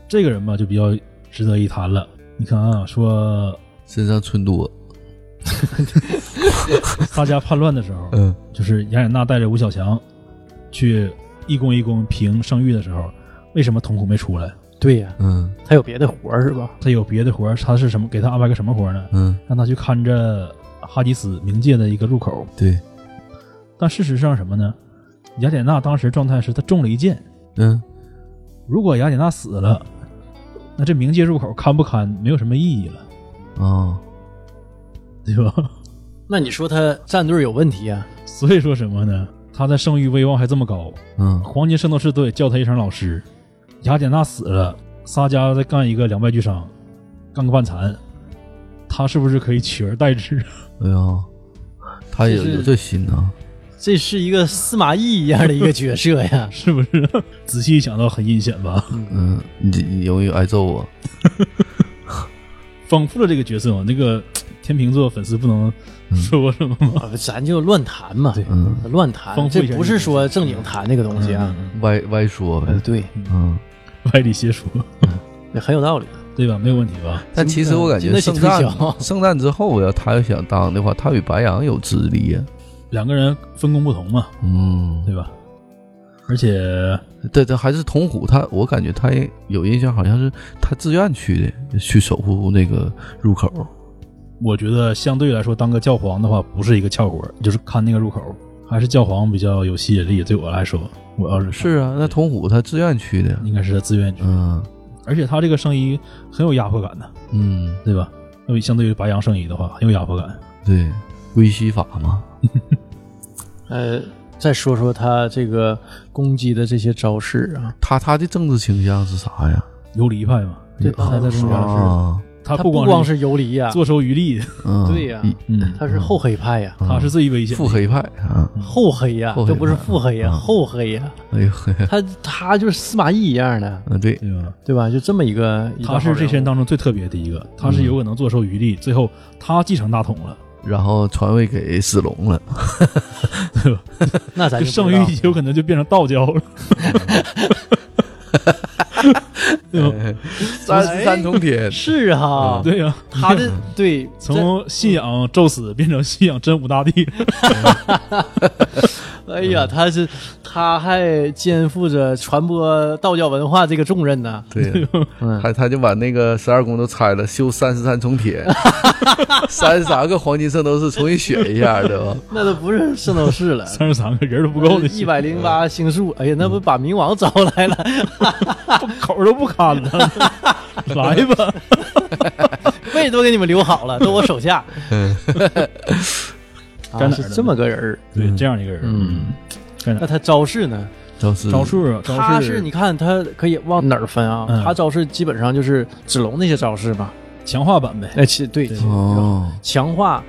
Speaker 3: 这个人吧，就比较值得一谈了。你看啊，说
Speaker 2: 身上寸多，
Speaker 3: 大家叛乱的时候，
Speaker 2: [LAUGHS] 嗯
Speaker 3: 就是雅典娜带着吴小强去一公一公平生育的时候，为什么瞳孔没出来？
Speaker 1: 对呀、
Speaker 2: 嗯
Speaker 1: 他有别的活儿是吧？
Speaker 3: 他有别的活儿，他是什么？给他安排个什么活儿呢？
Speaker 2: 嗯，
Speaker 3: 让他去看着哈迪斯冥界的一个入口。
Speaker 2: 对，
Speaker 3: 但事实上什么呢？雅典娜当时状态是她中了一箭，
Speaker 2: 嗯
Speaker 3: 如果雅典娜死了，那这冥界入口看不看没有什么意义了，
Speaker 2: 啊，
Speaker 3: 对吧？ [LAUGHS]
Speaker 1: 那你说他战队有问题啊？
Speaker 3: 所以说什么呢？他的声誉威望还这么高，
Speaker 2: 嗯
Speaker 3: 黄金圣斗士都得叫他一声老师。雅典娜死了，萨迦再干一个两败俱伤，干个半残，他是不是可以取而代之？。
Speaker 2: 哎呀，他也
Speaker 1: 这是
Speaker 2: 有这心呐，
Speaker 1: [LAUGHS] 这是一个司马懿一样的一个角色呀
Speaker 3: 是不是？ [LAUGHS] 仔细一想到很阴险吧？
Speaker 2: 嗯，你这你容易挨揍啊，
Speaker 3: 丰富了这个角色啊，那个天秤座粉丝不能
Speaker 1: 嗯
Speaker 3: 说我什么吗？
Speaker 1: 啊咱就乱谈嘛，
Speaker 2: 嗯，
Speaker 1: 乱谈，
Speaker 3: 丰
Speaker 1: 这
Speaker 3: 富一下嗯
Speaker 1: 不是说正经谈这个东西啊。
Speaker 2: 歪歪说呗
Speaker 1: 呃，对，
Speaker 2: 嗯。
Speaker 3: 歪理邪说，
Speaker 1: 也很有道理。
Speaker 3: 对吧？没有问题吧？
Speaker 2: 但其实我感
Speaker 1: 经
Speaker 2: 觉
Speaker 1: 得起
Speaker 2: 圣
Speaker 1: 推
Speaker 2: 战
Speaker 1: 敲
Speaker 2: 圣战之后呀，他要想当的话，他比白羊有资历呀。
Speaker 3: 两个人分工不同嘛，
Speaker 2: 嗯，
Speaker 3: 对吧？而且
Speaker 2: 对对，还是童虎，他我感觉他也有印象，好像是他自愿去的，去守护那个入口。
Speaker 3: 我觉得相对来说，当个教皇的话，不是一个翘活儿，就是看那个入口，还是教皇比较有吸引力。对我来说，我要是
Speaker 2: 是啊，那童虎他自愿去的。
Speaker 3: 应该是他自愿去，
Speaker 2: 嗯
Speaker 3: 而且他这个圣衣很有压迫感的，
Speaker 2: 嗯，
Speaker 3: 对吧？要比相对于白羊圣衣的话，很有压迫感。
Speaker 2: 对，归西法嘛。
Speaker 1: 呃，再说说他这个攻击的这些招式啊，
Speaker 2: 他他的政治倾向是啥呀？
Speaker 3: 游离派嘛，
Speaker 1: 对
Speaker 3: 刚才在中间是，
Speaker 2: 啊，
Speaker 3: 他
Speaker 1: 他
Speaker 3: 不
Speaker 1: 不
Speaker 3: 光
Speaker 1: 光是游离呀，
Speaker 3: 坐收渔利，
Speaker 2: 嗯，
Speaker 1: 对呀
Speaker 2: 一
Speaker 3: 嗯，
Speaker 1: 他是后黑派呀，
Speaker 3: 他是最危险的
Speaker 2: 腹黑派啊。
Speaker 1: 后黑呀
Speaker 2: 后，黑派
Speaker 1: 这不是腹黑呀，
Speaker 2: 嗯
Speaker 1: 后黑呀，
Speaker 2: 哎呦 [LAUGHS] 嘿，
Speaker 1: 他他就是司马懿一样的，
Speaker 2: 嗯对，
Speaker 3: 对吧？
Speaker 1: 对吧？就这么一个，一个
Speaker 3: 他
Speaker 1: 好
Speaker 3: 是
Speaker 1: 人
Speaker 3: 这
Speaker 1: 物
Speaker 3: 些人当中最特别的一个，他是有可能坐收渔利，最后他继承大统了，
Speaker 2: 然后传位给史龙了。
Speaker 1: 那咱
Speaker 3: 这
Speaker 1: 就
Speaker 3: 圣
Speaker 1: 不知道
Speaker 3: 域有可能就变成道教了。
Speaker 2: 哦 [LAUGHS] 三十三重天，
Speaker 1: 是哈，
Speaker 3: 嗯对呀、
Speaker 1: 他
Speaker 3: [LAUGHS]
Speaker 1: 的对这
Speaker 3: 从信仰宙斯变成信仰真武
Speaker 1: [LAUGHS]
Speaker 3: 大帝，
Speaker 1: 哎呀，
Speaker 3: 嗯
Speaker 1: 他是他还肩负着传播道教文化这个重任呢。
Speaker 2: [LAUGHS] 对呀，他他就把那个十二宫都拆了，修三十三重 [LAUGHS] 铁，三十三个黄金圣斗士重新选一下，对吧？
Speaker 1: 那都不是圣斗
Speaker 3: [LAUGHS]
Speaker 1: 士了，
Speaker 3: 三十三个人都不够的，嗯
Speaker 1: 一百零八星宿。哎呀，那不把冥王招来了？
Speaker 3: [LAUGHS]
Speaker 1: [LAUGHS]
Speaker 3: 口都不堪了。来吧，
Speaker 1: 位都给你们留好了，都我手
Speaker 3: [LAUGHS]
Speaker 1: 下。
Speaker 3: 在
Speaker 1: 啊，
Speaker 3: 哪儿
Speaker 1: 是
Speaker 3: 呢
Speaker 1: 这么个人儿。
Speaker 3: 对这样一个人，
Speaker 2: 嗯，
Speaker 1: 那他招式呢？
Speaker 2: 招式
Speaker 3: 招数啊，招
Speaker 1: 他是
Speaker 3: 式
Speaker 1: 你看他可以往哪儿分啊？
Speaker 3: 嗯
Speaker 1: 他招式基本上就是子龙那些招式嘛。
Speaker 3: 强化版呗，
Speaker 1: 哎，其对，
Speaker 3: 对
Speaker 2: 哦，
Speaker 1: 强化，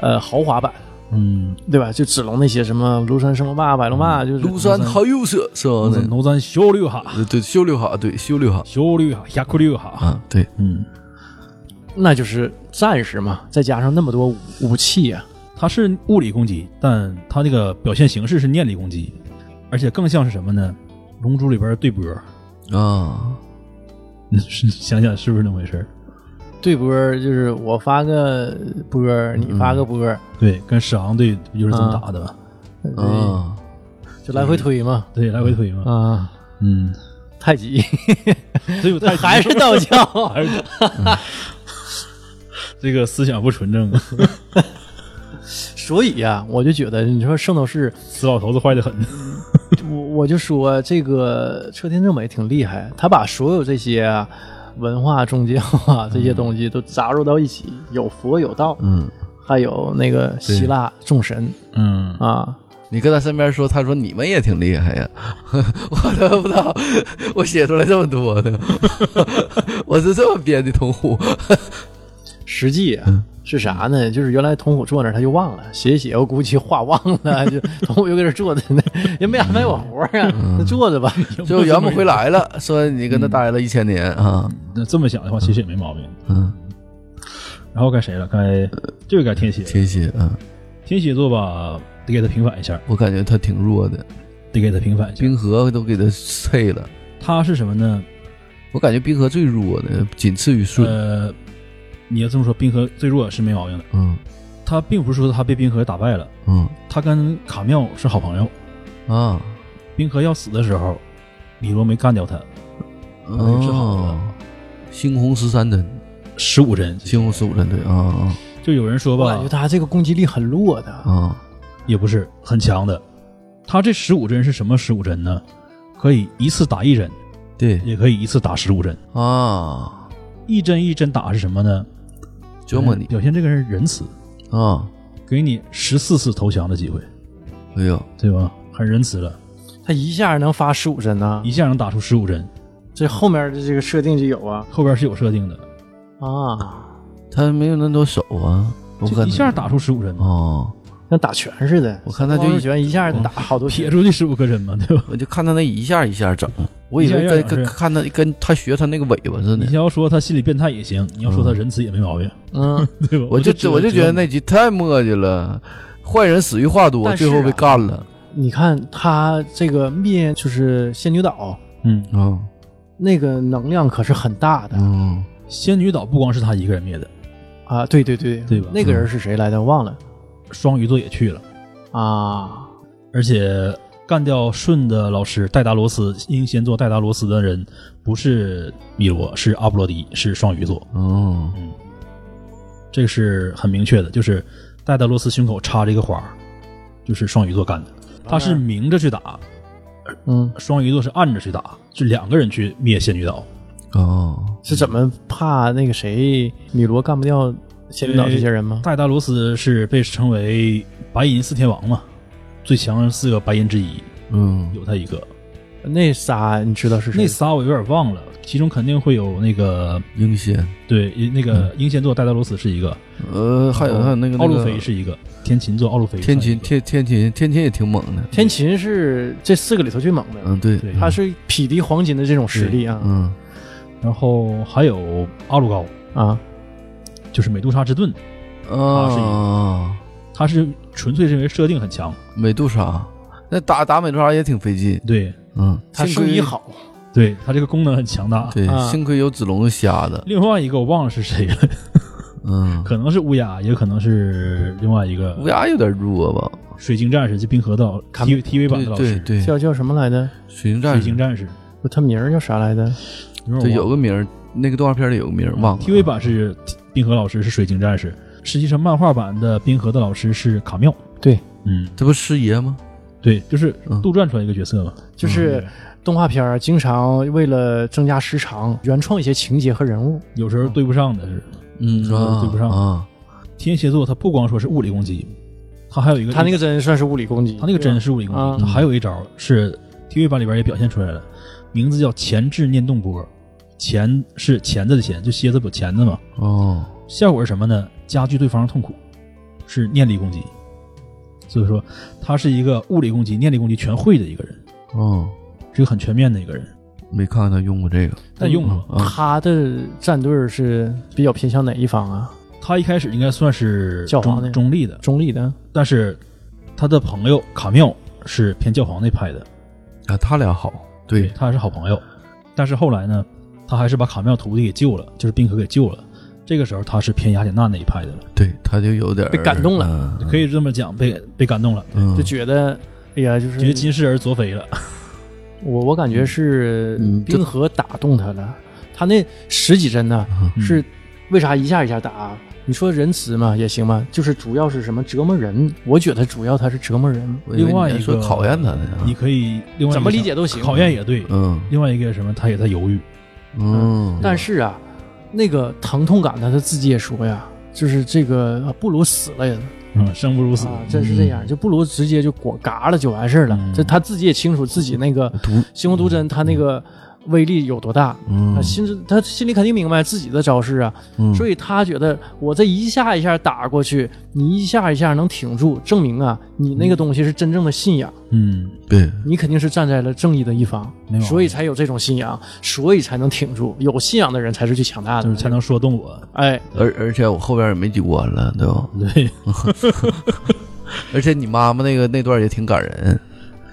Speaker 1: 呃，豪华版。
Speaker 3: 嗯，
Speaker 1: 对吧？就子龙那些什么庐山升龙霸、百龙霸，就是
Speaker 2: 庐山好有色是吧？
Speaker 3: 农咱修六哈，
Speaker 2: 那对，修六哈，对，修六哈
Speaker 3: 修六哈，亚库六哈，
Speaker 2: 啊，对，
Speaker 3: 嗯，
Speaker 1: 那就是战士嘛，再加上那么多武武器啊呀、
Speaker 3: 他是物理攻击，但他那个表现形式是念力攻击，而且更像是什么呢？龙珠里边的对波，
Speaker 2: 啊，
Speaker 3: 你是想想是不是那么回事儿？
Speaker 1: 对波儿就是我发个波儿，你发个波儿，
Speaker 3: 对，跟史昂队不就是这么打的吗？
Speaker 2: 啊，
Speaker 1: 对就来回推嘛。
Speaker 3: 对，来回推嘛。
Speaker 1: 啊，
Speaker 3: 嗯，
Speaker 1: [LAUGHS] 太极 [LAUGHS]
Speaker 3: 所以我太
Speaker 1: 还是道教， [LAUGHS]
Speaker 3: 还是嗯这个思想不纯 [LAUGHS] 正，
Speaker 1: 所以呀、我就觉得你说圣斗士，
Speaker 3: 死老头子坏的很。
Speaker 1: 我我就说这个车天正美挺厉害，他把所有这些啊、文化、宗教啊这些东西都杂糅到一起，有佛有道，
Speaker 2: 嗯，
Speaker 1: 还有那个希腊众神
Speaker 3: 嗯，
Speaker 1: 啊，
Speaker 2: 你跟他身边说，他说你们也挺厉害呀， [LAUGHS] 我都不知道，我写出来这么多呢， [LAUGHS] 我是这么编的童 [LAUGHS] 虎，
Speaker 1: 实际啊是啥呢？就是原来童虎坐那儿他就忘了写一写，我估计话忘了，就童虎就搁这坐着呢，也没安排我活儿啊，那坐着吧。
Speaker 2: 就圆不回来了，说你跟他待了一千年啊，
Speaker 3: 那这么想的话，其实也没毛病。
Speaker 2: 嗯，
Speaker 3: 然后该谁了？该这个该天蝎，
Speaker 2: 天蝎，嗯，
Speaker 3: 天蝎座吧，得给他平反一下，
Speaker 2: 我感觉他挺弱的，
Speaker 3: 得给他平反一下。
Speaker 2: 冰河都给他碎了，
Speaker 3: 他是什么呢？
Speaker 2: 我感觉冰河最弱的，仅次于舜，
Speaker 3: 呃，你要这么说，冰河最弱是没毛病的。
Speaker 2: 嗯，
Speaker 3: 他并不是说他被冰河打败了，
Speaker 2: 嗯
Speaker 3: 他跟卡妙是好朋友。
Speaker 2: 啊，
Speaker 3: 冰河要死的时候，李罗没干掉他，
Speaker 2: 嗯，
Speaker 3: 治好了
Speaker 2: 猩红十三针，
Speaker 3: 十五针。
Speaker 2: 猩红十五针，对啊
Speaker 3: 就有人说
Speaker 1: 我
Speaker 3: 吧
Speaker 1: 感觉，他这个攻击力很弱
Speaker 2: 啊
Speaker 1: 的，
Speaker 2: 啊，
Speaker 3: 也不是很强的。他这十五针是什么十五针呢？可以一次打一针，
Speaker 2: 对
Speaker 3: 也可以一次打十五针。
Speaker 2: 啊，
Speaker 3: 一针一针打是什么呢？哎
Speaker 2: 折磨你
Speaker 3: 表现这个人仁慈，
Speaker 2: 啊，
Speaker 3: 给你十四次投降的机会，
Speaker 2: 哎呦，
Speaker 3: 对吧？很仁慈了，
Speaker 1: 他一下能发十五针呢
Speaker 3: 一，下能打出十五针，
Speaker 1: 这后面的这个设定就有啊
Speaker 3: 后边是有设定的，
Speaker 1: 啊，
Speaker 2: 他没有那么多手啊，我
Speaker 3: 就
Speaker 2: 看
Speaker 3: 一下打出十五针，
Speaker 2: 啊，
Speaker 1: 像打拳似的。
Speaker 2: 我看他就
Speaker 1: 光头拳一下打好多
Speaker 3: 撇
Speaker 1: 拳，
Speaker 3: 出去十五颗针嘛，对吧？
Speaker 2: 我就看他那一下一下整，我以
Speaker 3: 一
Speaker 2: 为
Speaker 3: 下
Speaker 2: 跟
Speaker 3: 一下
Speaker 2: 跟
Speaker 3: 是
Speaker 2: 看他跟他学他那个尾巴似
Speaker 3: 你
Speaker 2: 的。
Speaker 3: 要说他心理变态也行，你要说他仁慈也没毛病，
Speaker 1: 嗯，
Speaker 3: 对吧？
Speaker 2: 我就
Speaker 3: 只
Speaker 2: 我就
Speaker 3: 只
Speaker 2: 觉得那集太墨迹了，坏人死于话多，
Speaker 1: 但是啊
Speaker 2: 最后被干了。
Speaker 1: 你看他这个灭就是仙女岛
Speaker 3: 嗯，
Speaker 2: 啊，
Speaker 1: 那个能量可是很大的
Speaker 2: 嗯，
Speaker 3: 仙女岛不光是他一个人灭的，
Speaker 1: 啊！对对对，嗯
Speaker 3: 对吧
Speaker 1: 那个人是谁来着？忘了
Speaker 3: 双鱼座也去了，
Speaker 1: 啊。
Speaker 3: 而且干掉舜的老师戴达罗斯，英仙座戴达罗斯的人不是米罗，是阿波罗迪，是双鱼座，
Speaker 2: 哦，
Speaker 3: 这个是很明确的，就是戴达罗斯胸口插着一个花儿，就是双鱼座干的，他是明着去打，
Speaker 1: 嗯，
Speaker 3: 双鱼座是暗着去打，是两个人去灭仙女岛。
Speaker 2: 哦，
Speaker 1: 是怎么怕那个谁米罗干不掉仙女岛这些人吗？
Speaker 3: 戴达罗斯是被称为白银四天王嘛，最强四个白银之一，
Speaker 2: 嗯，
Speaker 3: 有他一个。
Speaker 1: 呃那仨你知道是谁？
Speaker 3: 那仨我有点忘了，其中肯定会有那个
Speaker 2: 英仙，
Speaker 3: 对那个英仙座戴达罗斯是一个，
Speaker 2: 呃，还有还有那个
Speaker 3: 哦奥
Speaker 2: 那
Speaker 3: 路
Speaker 2: 个
Speaker 3: 飞是一个，天琴座奥路飞
Speaker 2: 天
Speaker 3: 算一
Speaker 2: 琴，
Speaker 3: 个
Speaker 2: 天天琴，天琴也挺猛的。
Speaker 1: 天琴是这四个里头最猛的，
Speaker 2: 嗯，对，
Speaker 3: 对
Speaker 1: 他是匹敌黄金的这种实力啊
Speaker 2: 嗯，
Speaker 3: 然后还有阿鲁高，
Speaker 1: 啊！
Speaker 3: 就是美杜莎之盾，是一
Speaker 2: 啊，
Speaker 3: 他是纯粹是因为设定很强，
Speaker 2: 美杜莎，那打打美杜莎也挺费劲。
Speaker 3: 对
Speaker 2: 嗯，
Speaker 1: 他
Speaker 2: 幸亏
Speaker 1: 生意好，
Speaker 3: 对，他这个功能很强大。
Speaker 2: 对，
Speaker 1: 啊
Speaker 2: 幸亏有子龙瞎的。
Speaker 3: 另外一个我忘了是谁了， [LAUGHS]
Speaker 2: 嗯，
Speaker 3: 可能是乌鸦，也可能是另外一个
Speaker 2: 乌鸦有点弱吧？
Speaker 3: 水晶战士，就冰河道 TV TV 版的老
Speaker 2: 对
Speaker 3: 师，
Speaker 2: 对，对
Speaker 1: 叫叫什么来着？
Speaker 2: 水晶
Speaker 3: 水
Speaker 2: 战士
Speaker 3: 晶战士，
Speaker 1: 不他名儿叫啥来着？
Speaker 3: 有
Speaker 2: 对，
Speaker 3: 点
Speaker 2: 有
Speaker 3: 忘
Speaker 2: 个
Speaker 3: 了
Speaker 2: 名儿，那个动画片里有个名儿，忘了。
Speaker 3: TV 版是冰河老师是水晶战士，实际上漫画版的冰河的老师是卡妙，
Speaker 1: 对，
Speaker 3: 嗯，
Speaker 2: 这不师爷吗？
Speaker 3: 对，就是
Speaker 2: 嗯
Speaker 3: 杜撰出来一个角色嘛，
Speaker 1: 就是动画片儿经常为了增加时长，原创一些情节和人物。
Speaker 3: 有时候对不上的是
Speaker 2: 嗯啊，
Speaker 3: 对不上
Speaker 2: 啊，
Speaker 3: 天蝎座，它不光说是物理攻击，它还有一个
Speaker 1: 他那个真算是物理攻击，
Speaker 3: 它那个真是物理攻
Speaker 1: 啊
Speaker 3: 击，它还有一招是 TV 版里边也表现出来了，名字叫前置念动波，前是钳子的钳，就蝎子不钳子嘛，
Speaker 2: 哦，
Speaker 3: 效果是什么呢？加剧对方的痛苦，是念力攻击。所以说，他是一个物理攻击、念力攻击全会的一个人，
Speaker 2: 哦，
Speaker 3: 是一个很全面的一个人。
Speaker 2: 没看他用过这个
Speaker 3: 他用过，
Speaker 1: 对吧
Speaker 2: 啊，
Speaker 1: 他的战队是比较偏向哪一方啊？
Speaker 3: 他一开始应该算是
Speaker 1: 教皇那
Speaker 3: 中中立的，
Speaker 1: 中立的
Speaker 3: 但是他的朋友卡妙是偏教皇那派的，
Speaker 2: 啊，他俩好，对，
Speaker 3: 他还是好朋友。但是后来呢，他还是把卡妙徒弟给救了，就是宾可给救了。这个时候他是偏雅典娜那一派的了，
Speaker 2: 对，他就有点儿
Speaker 1: 被感动了
Speaker 2: 嗯
Speaker 3: 可以这么讲，被被感动了，
Speaker 2: 嗯
Speaker 1: 就觉得，哎呀，就
Speaker 3: 觉得
Speaker 1: 是
Speaker 3: 金世儿作飞了。
Speaker 1: 我我感觉是
Speaker 2: 嗯这
Speaker 1: 冰河打动他了，他那十几针呢
Speaker 2: 嗯
Speaker 1: 是为啥一下一下打？啊你说仁慈嘛也行嘛，就是主要是什么折磨人？我觉得主要他是折磨人，
Speaker 2: 我以为
Speaker 3: 另外
Speaker 2: 你
Speaker 3: 一
Speaker 2: 说
Speaker 3: 个
Speaker 2: 考验他呢，
Speaker 3: 你可以另外一个
Speaker 1: 怎么理
Speaker 3: 想
Speaker 1: 解都行。
Speaker 3: 考验也对，
Speaker 2: 嗯
Speaker 3: 另外一个什么，他也在犹豫。
Speaker 2: 嗯，
Speaker 1: 但是啊，那个疼痛感呢，他自己也说呀，就是这个啊布鲁死了呀，
Speaker 3: 嗯，生不如死。
Speaker 1: 啊，真是这样，就布鲁直接就果嘎了就完事儿了。
Speaker 3: 嗯
Speaker 1: 这他自己也清楚自己那个
Speaker 2: 毒，
Speaker 1: 星空毒针，他那个威力有多大。
Speaker 2: 嗯
Speaker 1: 他，心知他心里肯定明白自己的招式啊，
Speaker 2: 嗯
Speaker 1: 所以他觉得我这一下一下打过去，你一下一下能挺住，证明啊，你那个东西是真正的信仰，
Speaker 3: 嗯，
Speaker 2: 对，
Speaker 1: 你肯定是站在了正义的一方
Speaker 3: 没，毛病
Speaker 1: 所以才有这种信仰，所以才能挺住。有信仰的人才是最强大的，
Speaker 3: 就是才能说动我。
Speaker 1: 哎，
Speaker 2: 而而且我后边也没丢完了，对吧？
Speaker 3: 对，
Speaker 2: 而且你妈妈那个那段也挺感人，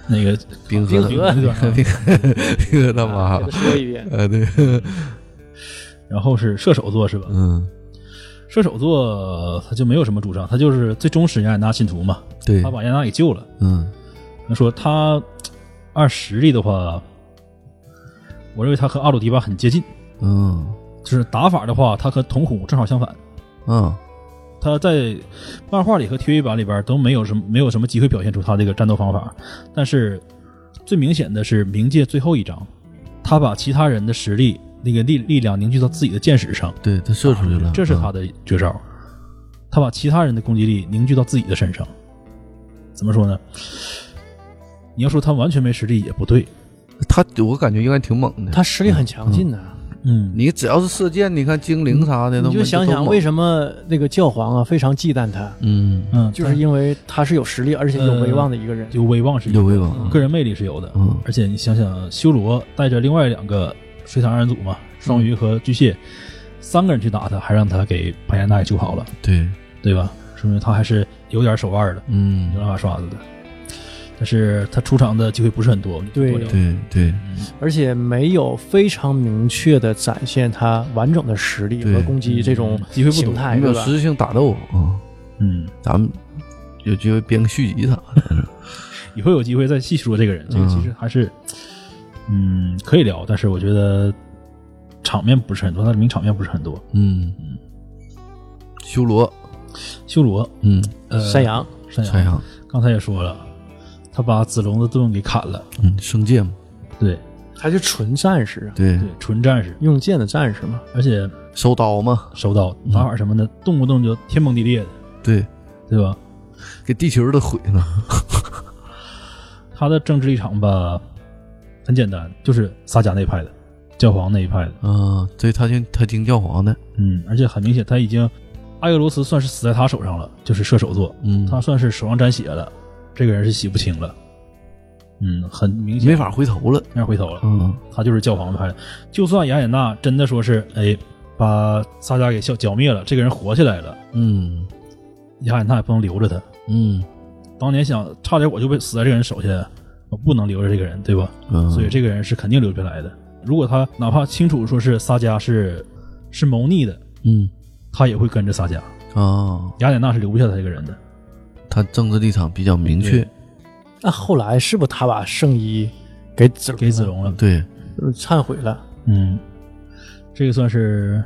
Speaker 3: 那个
Speaker 2: 冰
Speaker 1: [LAUGHS]
Speaker 2: 河
Speaker 1: 冰
Speaker 2: 的
Speaker 1: 河
Speaker 3: 那
Speaker 2: [LAUGHS]
Speaker 3: 段啊
Speaker 2: 冰啊河他妈 [LAUGHS]
Speaker 1: 给他，说一遍，
Speaker 2: 呃对，
Speaker 1: 嗯
Speaker 3: 然后是射手座是吧？
Speaker 2: 嗯
Speaker 3: 射手座呃他就没有什么主张，他就是最忠实雅典娜信徒嘛，
Speaker 2: 对
Speaker 3: 他，把雅典娜给救了。
Speaker 2: 嗯
Speaker 3: 那说他按实力的话，我认为他和阿鲁迪巴很接近，
Speaker 2: 嗯
Speaker 3: 就是打法的话，他和童虎正好相反。
Speaker 2: 嗯
Speaker 3: 他在漫画里和 TV 版里边都没有什么没有什么机会表现出他这个战斗方法，但是最明显的是冥界最后一章，他把其他人的实力那个力力量凝聚到自己的箭矢上，
Speaker 2: 对他射出去了，
Speaker 3: 这是
Speaker 2: 嗯
Speaker 3: 他的绝招。他把其他人的攻击力凝聚到自己的身上，怎么说呢？你要说他完全没实力也不对，
Speaker 2: 他，我感觉应该挺猛
Speaker 1: [LAUGHS]
Speaker 2: 的。
Speaker 1: 他实力很强劲的、
Speaker 3: 嗯，
Speaker 2: 你只要是射箭，你看精灵啥的，
Speaker 1: 嗯你就想想为什么那个教皇啊非常忌惮他，
Speaker 2: 么？嗯，
Speaker 3: 嗯，
Speaker 1: 就是因为他是有实力而且有威望的一个人。
Speaker 3: 有威望是
Speaker 2: 有威
Speaker 3: 望，
Speaker 2: 望，
Speaker 3: 个人魅力是有的，
Speaker 2: 嗯
Speaker 3: 而且你想想，修罗带着另外两个水产二人组嘛，双鱼和巨蟹，三个人去打他，还让他给白岩娜给救好了，
Speaker 2: 对，
Speaker 3: 对吧？说明他还是有点手腕的，有
Speaker 2: 嗯
Speaker 3: 两把刷子的。但是他出场的机会不是很多，我们就
Speaker 1: 对
Speaker 3: 多聊
Speaker 2: 对对
Speaker 1: 而且没有非常明确的展现他完整的实力
Speaker 2: 对
Speaker 1: 和攻击这种
Speaker 3: 嗯机会不
Speaker 1: 形
Speaker 3: 多，
Speaker 1: 态，
Speaker 2: 没
Speaker 1: 对
Speaker 2: 有
Speaker 1: 吧
Speaker 2: 实？质性打斗啊，嗯
Speaker 3: 嗯，
Speaker 2: 咱们有机会编个续集啥的。
Speaker 3: 以后有机会再细说这个人，这个
Speaker 2: 嗯
Speaker 3: 其实还是，嗯，可以聊，但是我觉得场面不是很多，他的名场面不是很多。
Speaker 2: 嗯，修罗，
Speaker 3: 修罗，
Speaker 2: 嗯，
Speaker 3: 呃，
Speaker 1: 山，羊，
Speaker 3: 山
Speaker 2: 山
Speaker 3: 羊，
Speaker 2: 羊，
Speaker 3: 刚才也说了，他把子龙的盾给砍了，
Speaker 2: 嗯，圣剑嘛，
Speaker 3: 对
Speaker 1: 他就纯战士啊，
Speaker 2: 对
Speaker 3: 对，纯战士，
Speaker 1: 用剑的战士嘛。
Speaker 3: 而且
Speaker 2: 收刀嘛，
Speaker 3: 手刀打法什么的，动不动就天崩地裂的，
Speaker 2: 对，
Speaker 3: 对吧？
Speaker 2: 给地球都毁了。 [LAUGHS]
Speaker 3: 他的政治立场吧，很简单，就是萨迦那一派的，教皇那一派的，
Speaker 2: 啊，对他听他听教皇的，
Speaker 3: 嗯，而且很明显他已经，阿格罗斯算是死在他手上了，就是射手座，
Speaker 2: 嗯，
Speaker 3: 他算是手上沾血了，这个人是洗不清了，嗯，很明显
Speaker 2: 没法回头了。
Speaker 3: 没人回头了，
Speaker 2: 嗯
Speaker 3: 他就是教皇派的。就算雅典娜真的说是哎把萨迦给消剿灭了，这个人活下来了，
Speaker 2: 嗯
Speaker 3: 雅典娜也不能留着他。
Speaker 2: 嗯
Speaker 3: 当年想差点我就被死在这个人手下，我不能留着这个人，对吧？
Speaker 2: 嗯，
Speaker 3: 所以这个人是肯定留不下来的。如果他哪怕清楚说是萨迦是是谋逆的，
Speaker 2: 嗯
Speaker 3: 他也会跟着萨迦。
Speaker 2: 啊，
Speaker 3: 雅典娜是留不下他这个人的。
Speaker 2: 他政治立场比较明确，
Speaker 1: 那后来是不是他把圣衣给子
Speaker 3: 给子龙了，
Speaker 2: 对，
Speaker 1: 呃忏悔了？
Speaker 3: 嗯，这个算是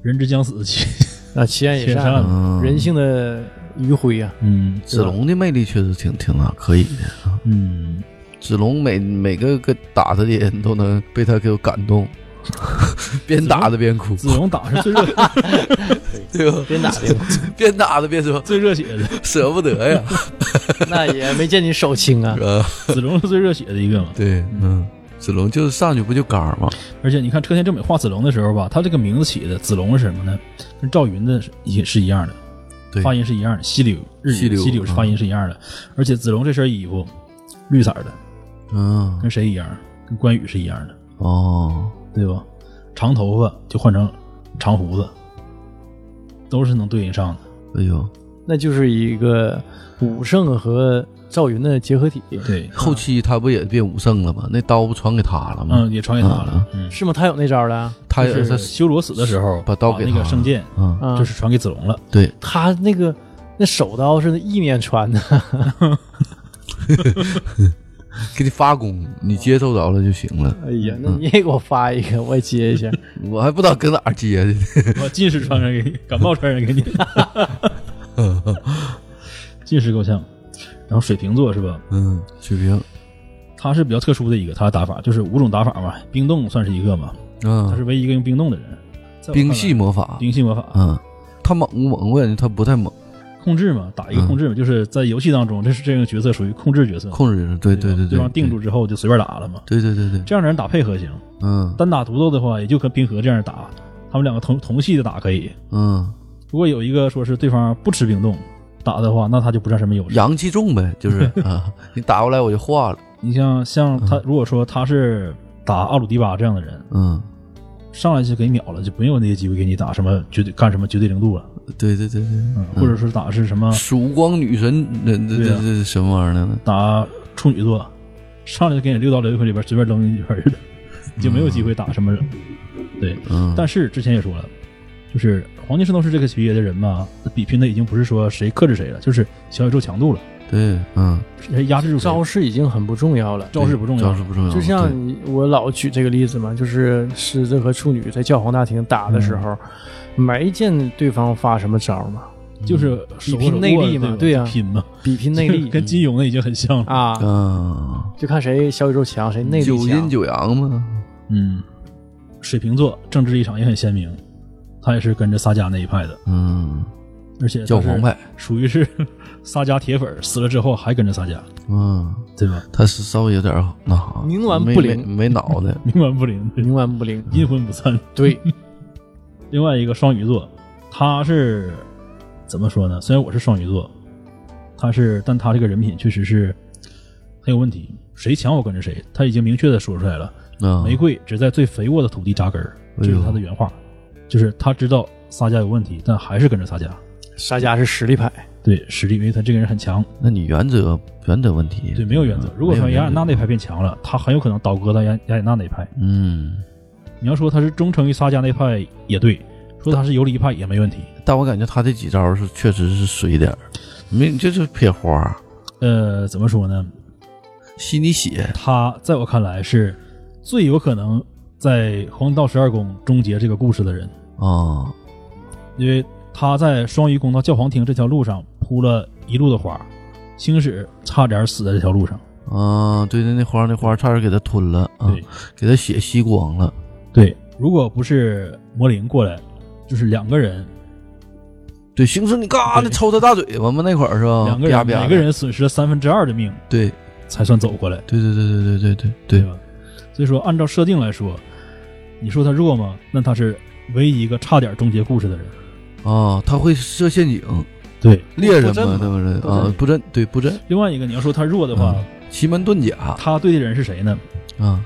Speaker 3: 人之将死的期。
Speaker 1: 啊，其言也
Speaker 3: 其言也
Speaker 1: 善
Speaker 3: 善，
Speaker 2: 嗯，
Speaker 1: 人性的余晖啊，
Speaker 3: 嗯
Speaker 2: 子龙的魅力确实挺挺那可以的。 [LAUGHS]
Speaker 3: 嗯，
Speaker 2: 子龙每每个个打他的人都能被他给我感 [LAUGHS] 动，边打着边哭，
Speaker 3: [LAUGHS] 子龙打是最热
Speaker 2: 对吧？
Speaker 1: 边打边哭
Speaker 2: 边打着边说
Speaker 3: 最热血的，
Speaker 2: 舍不得 [LAUGHS] 呀，
Speaker 3: 嗯
Speaker 1: 那也没见你手轻啊。
Speaker 2: 呃，
Speaker 3: [LAUGHS] 子龙是最热血的一个嘛。
Speaker 2: 对，嗯，子龙就是上去不就杆儿吗？
Speaker 3: 而且你看车田正美画子龙的时候吧，他这个名字起的子龙是什么呢？跟赵云的是也是一样的，
Speaker 2: 对，
Speaker 3: 发音是一样的，西柳日
Speaker 2: 西
Speaker 3: 语
Speaker 2: 柳啊
Speaker 3: 西柳是发音是一样的。而且子龙这身衣服绿色的，
Speaker 2: 嗯
Speaker 3: 跟谁一样？跟关羽是一样的，
Speaker 2: 哦，
Speaker 3: 对吧？长头发就换成长胡子，都是能对应上的。
Speaker 2: 哎呦，
Speaker 1: 那就是一个武圣和赵云的结合体，
Speaker 2: [LAUGHS]
Speaker 3: 对，
Speaker 2: 后期他不也变武圣了吗？那刀不传给他了吗
Speaker 3: 嗯，？也传给他了。嗯，
Speaker 1: 是吗？他有那招啊了，
Speaker 2: 他也
Speaker 3: 就是
Speaker 2: 啊他
Speaker 3: 修罗死的时候
Speaker 2: 把刀给
Speaker 3: 那
Speaker 2: 他
Speaker 3: 个圣剑，
Speaker 2: 嗯，
Speaker 1: 啊，
Speaker 3: 就是传给子龙了。
Speaker 2: 对，
Speaker 1: 他那个那手刀是意念传的，
Speaker 2: 给你发功，你接受着了就行了。
Speaker 1: 哎呀，那你也给我发一个，我也接一下。
Speaker 2: 我还不知道搁哪儿接的呢。
Speaker 3: 我哦近视传染给你，感冒传染给你，近视够呛。然后水瓶座是吧？
Speaker 2: 嗯，水平，
Speaker 3: 他是比较特殊的一个，他的打法就是五种打法嘛，冰冻算是一个嘛，他是
Speaker 2: 嗯，
Speaker 3: 唯一一个用冰冻的人。在我看来
Speaker 2: 冰系魔法，
Speaker 3: 冰系魔法
Speaker 2: 嗯，他猛不猛？我感觉他不太猛，
Speaker 3: 控制嘛，打一个
Speaker 2: 嗯
Speaker 3: 控制嘛，就是在游戏当中，这是这个角色属于控制角色，
Speaker 2: 控制人。对
Speaker 3: 对
Speaker 2: 对
Speaker 3: 吧
Speaker 2: 对
Speaker 3: 对方定住。之后就随便打了嘛。
Speaker 2: 对对对对，
Speaker 3: 这样的人打配合行，
Speaker 2: 嗯
Speaker 3: 单打独斗的话，也就和冰河这样打，他们两个同同系的打可以。
Speaker 2: 嗯，
Speaker 3: 如果有一个说是对方不吃冰冻打的话，那他就不占什么优势。
Speaker 2: 阳气重呗，就是
Speaker 3: [LAUGHS]
Speaker 2: 啊，你打过来我就化了。
Speaker 3: 你像像他，如果说他是打阿鲁迪巴这样的人，
Speaker 2: 嗯，
Speaker 3: 上来就给秒了，就没有那些机会给你打什么绝对干什么绝对零度了，
Speaker 2: 对对对对，
Speaker 3: 嗯，或者说打是什么
Speaker 2: 曙光女神，那那
Speaker 3: 对
Speaker 2: 这
Speaker 3: 啊
Speaker 2: 这什么玩意儿呢？
Speaker 3: 打处女座，上来就给你六到六回里边随便扔一分儿的，就没有机会打什么人。对，
Speaker 2: 嗯，
Speaker 3: 但是之前也说了，就是黄金圣斗士这个级别的人嘛，比拼的已经不是说谁克制谁了，就是小宇宙强度了，
Speaker 2: 对，嗯，
Speaker 3: 谁压制住谁
Speaker 1: 招式已经很不重要了。
Speaker 3: 招式不重
Speaker 2: 招
Speaker 3: 要
Speaker 2: 式，不重要，
Speaker 1: 就像
Speaker 2: 嗯对
Speaker 1: 你我老举这个例子嘛，就是狮子和处女在教皇大厅打的时候，没见对方发什么招嘛，
Speaker 3: 就是
Speaker 2: 嗯
Speaker 1: 比
Speaker 3: 手
Speaker 1: 拼
Speaker 3: 握
Speaker 1: 内力嘛
Speaker 3: 对吧
Speaker 1: 对呀
Speaker 3: 拼嘛，
Speaker 1: 比拼内力嗯
Speaker 3: 跟金庸的已经很像了。
Speaker 1: 啊，
Speaker 2: 嗯，
Speaker 1: 就看谁小宇宙强，谁内
Speaker 2: 九
Speaker 1: 力
Speaker 2: 阴
Speaker 1: 强。
Speaker 2: 九阳嘛，
Speaker 3: 嗯，水瓶座政治立场也很鲜明，他也是跟着萨迦那一派的，
Speaker 2: 嗯，
Speaker 3: 而且他是
Speaker 2: 教皇派，
Speaker 3: 属于是 [LAUGHS] 萨迦铁粉，死了之后还跟着萨迦，
Speaker 2: 嗯，
Speaker 3: 对吧？
Speaker 2: 他是稍微有点儿那啥，
Speaker 1: 冥顽
Speaker 2: 没
Speaker 1: 不灵
Speaker 2: 没没脑
Speaker 3: [LAUGHS]
Speaker 2: 袋，
Speaker 3: 冥顽不灵，对
Speaker 1: 冥顽不灵，
Speaker 3: 阴魂不散。
Speaker 1: 对，
Speaker 3: 另外一个双鱼座，他是怎么说呢？虽然我是双鱼座，他是，但他这个人品确实是很有问题。谁强我跟着谁，他已经明确的说出来了。
Speaker 2: 嗯，
Speaker 3: 玫瑰只在最肥沃的土地扎根儿，这是他的原话。就是他知道撒迦有问题，但还是跟着撒迦。
Speaker 1: 沙迦是实力派，
Speaker 3: 对实力，因为他这个人很强，
Speaker 2: 那你原则原则问题，
Speaker 3: 对没有原则。如果
Speaker 2: 嗯
Speaker 3: 说
Speaker 2: 没有
Speaker 3: 雅典娜
Speaker 2: 原则
Speaker 3: 那派变强了，他很有可能倒戈到雅雅典娜那派。
Speaker 2: 嗯，
Speaker 3: 你要说他是忠诚于撒迦那派也对，说他是游离派也没问题。
Speaker 2: 但我感觉他这几招是确实是水点儿，没就是撇花儿，
Speaker 3: 呃，怎么说呢？
Speaker 2: 吸你血，
Speaker 3: 他在我看来是最有可能在黄道十二宫终结这个故事的人，
Speaker 2: 啊，
Speaker 3: 因为他在双鱼宫到教皇厅这条路上铺了一路的花，星矢差点死在这条路上。
Speaker 2: 啊，对，那那花儿那花儿差点给他吞了，啊
Speaker 3: 对，
Speaker 2: 给他血吸光了，
Speaker 3: 对，如果不是魔灵过来，就是两个人，
Speaker 2: 对，行尸你嘎的
Speaker 3: 对
Speaker 2: 抽他大嘴巴嘛，那块儿是吧？
Speaker 3: 两个人
Speaker 2: 哦啪啪的
Speaker 3: 每个，人损失了三分之二的命
Speaker 2: 对，
Speaker 3: 才算走过来，
Speaker 2: 对对对对对对对对，
Speaker 3: 对吧？所以说，按照设定来说，你说他弱吗？那他是唯一一个差点终结故事的人。
Speaker 2: 啊，他会设陷阱，
Speaker 3: 对，
Speaker 2: 猎人
Speaker 1: 布阵
Speaker 2: 嘛，
Speaker 1: 嘛
Speaker 2: 对不
Speaker 1: 布
Speaker 2: 对？
Speaker 1: 阵
Speaker 2: 啊，布阵，对布阵，嗯
Speaker 3: 另外一个你要说他弱的话，
Speaker 2: 奇门遁甲
Speaker 3: 他对的人是谁呢？
Speaker 2: 啊，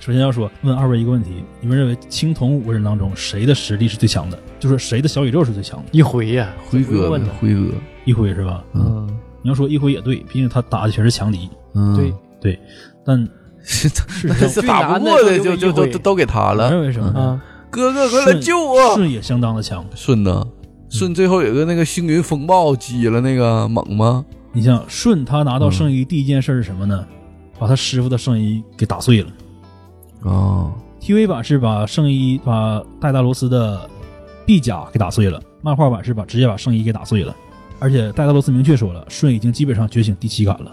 Speaker 3: 首先要说，问二位一个问题：你们认为青铜五个人当中，谁的实力是最强的？就是谁的小宇宙是最强的？
Speaker 1: 一回呀、
Speaker 2: 辉
Speaker 1: 这不用
Speaker 2: 哥
Speaker 1: 问
Speaker 2: 呗
Speaker 1: 的，
Speaker 2: 辉哥，
Speaker 3: 一辉是吧？
Speaker 1: 嗯，
Speaker 3: 你要说一辉也对，毕竟他打的全是强敌。
Speaker 2: 嗯， [LAUGHS]
Speaker 1: 对，
Speaker 3: 对，但
Speaker 2: 是他
Speaker 3: 事
Speaker 2: 这是
Speaker 3: 实上，
Speaker 1: 最
Speaker 2: 打不
Speaker 1: 难的
Speaker 2: 过的
Speaker 1: 就
Speaker 2: 就
Speaker 1: 就就
Speaker 2: 就都
Speaker 1: 一回
Speaker 2: 都给他
Speaker 3: 我认
Speaker 2: 了，嗯
Speaker 3: 为什么呢？
Speaker 1: 啊，
Speaker 2: 哥哥快来救我！
Speaker 3: 舜也相当的强。
Speaker 2: 顺呢？顺最后有个那个星云风暴击了那个猛吗？
Speaker 3: 你像舜，他拿
Speaker 2: 嗯
Speaker 3: 到圣衣第一件事是什么呢？把他师傅的圣衣给打碎了。
Speaker 2: 啊
Speaker 3: TV 版是把圣衣把戴大罗斯的臂甲给打碎了，漫画版是把直接把圣衣给打碎了。而且戴大罗斯明确说了，舜已经基本上觉醒第七感了。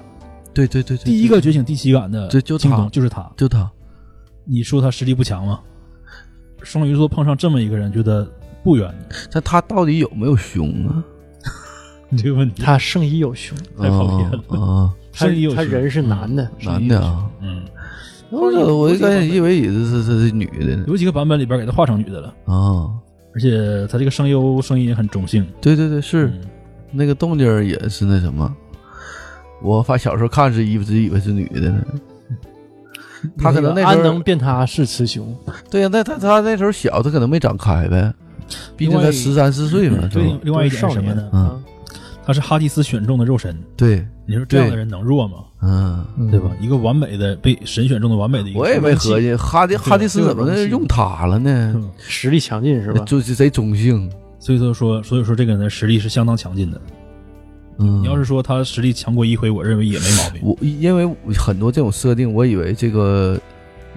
Speaker 2: 对对对对，
Speaker 3: 第一个觉醒第七感的
Speaker 2: 这就
Speaker 3: 青
Speaker 2: 他
Speaker 3: 铜就是他。
Speaker 2: 就他，
Speaker 3: 你说他实力不强吗？双鱼座碰上这么一个人，觉得不冤。
Speaker 2: 但他到底有没有胸啊？
Speaker 3: 你这个问题，
Speaker 1: 他圣衣有胸，
Speaker 3: 太讨厌了
Speaker 2: 啊啊！
Speaker 1: 他
Speaker 3: 圣衣有胸
Speaker 1: 他人是男的，
Speaker 2: 男的啊，
Speaker 3: 嗯，
Speaker 2: 我我就刚才以为也是是是女的呢
Speaker 3: 有几个版本里边给他画成女的了，
Speaker 2: 啊。
Speaker 3: 而且他这个声优声音也很中性。
Speaker 2: 对对对，是
Speaker 3: 嗯
Speaker 2: 那个动静儿也是那什么。我发小时候看是一直以为是女的呢，他可能那
Speaker 1: 嗯安
Speaker 2: 时候
Speaker 1: 能辨他是雌雄，
Speaker 2: 对呀，那他他那时候小，他可能没长开呗，毕竟
Speaker 3: 另外
Speaker 2: 他十三四岁嘛，是
Speaker 3: 对
Speaker 2: 吧？，
Speaker 3: 另外一
Speaker 1: 都是
Speaker 3: 点
Speaker 1: 少
Speaker 3: 是什么
Speaker 1: 年
Speaker 3: 呢？
Speaker 2: 嗯
Speaker 1: 啊，
Speaker 3: 他是哈迪斯选中的肉身，
Speaker 2: 对，
Speaker 3: 你说这样
Speaker 2: 对
Speaker 3: 的人能弱吗？
Speaker 2: 嗯。
Speaker 3: 对吧？？一个完美的被神选中的完美的一个，
Speaker 2: 我也没合
Speaker 3: 计。
Speaker 2: 计，哈迪
Speaker 3: 对
Speaker 2: 哈迪斯怎么能用他了呢？
Speaker 1: 实力强劲是吧？
Speaker 2: 就是贼中性，
Speaker 3: 所以说说，所以说这个人的实力是相当强劲的。
Speaker 2: 嗯，
Speaker 3: 你要是说他实力强过一辉，我认为也没毛病。
Speaker 2: 我因为我很多这种设定，我以为这个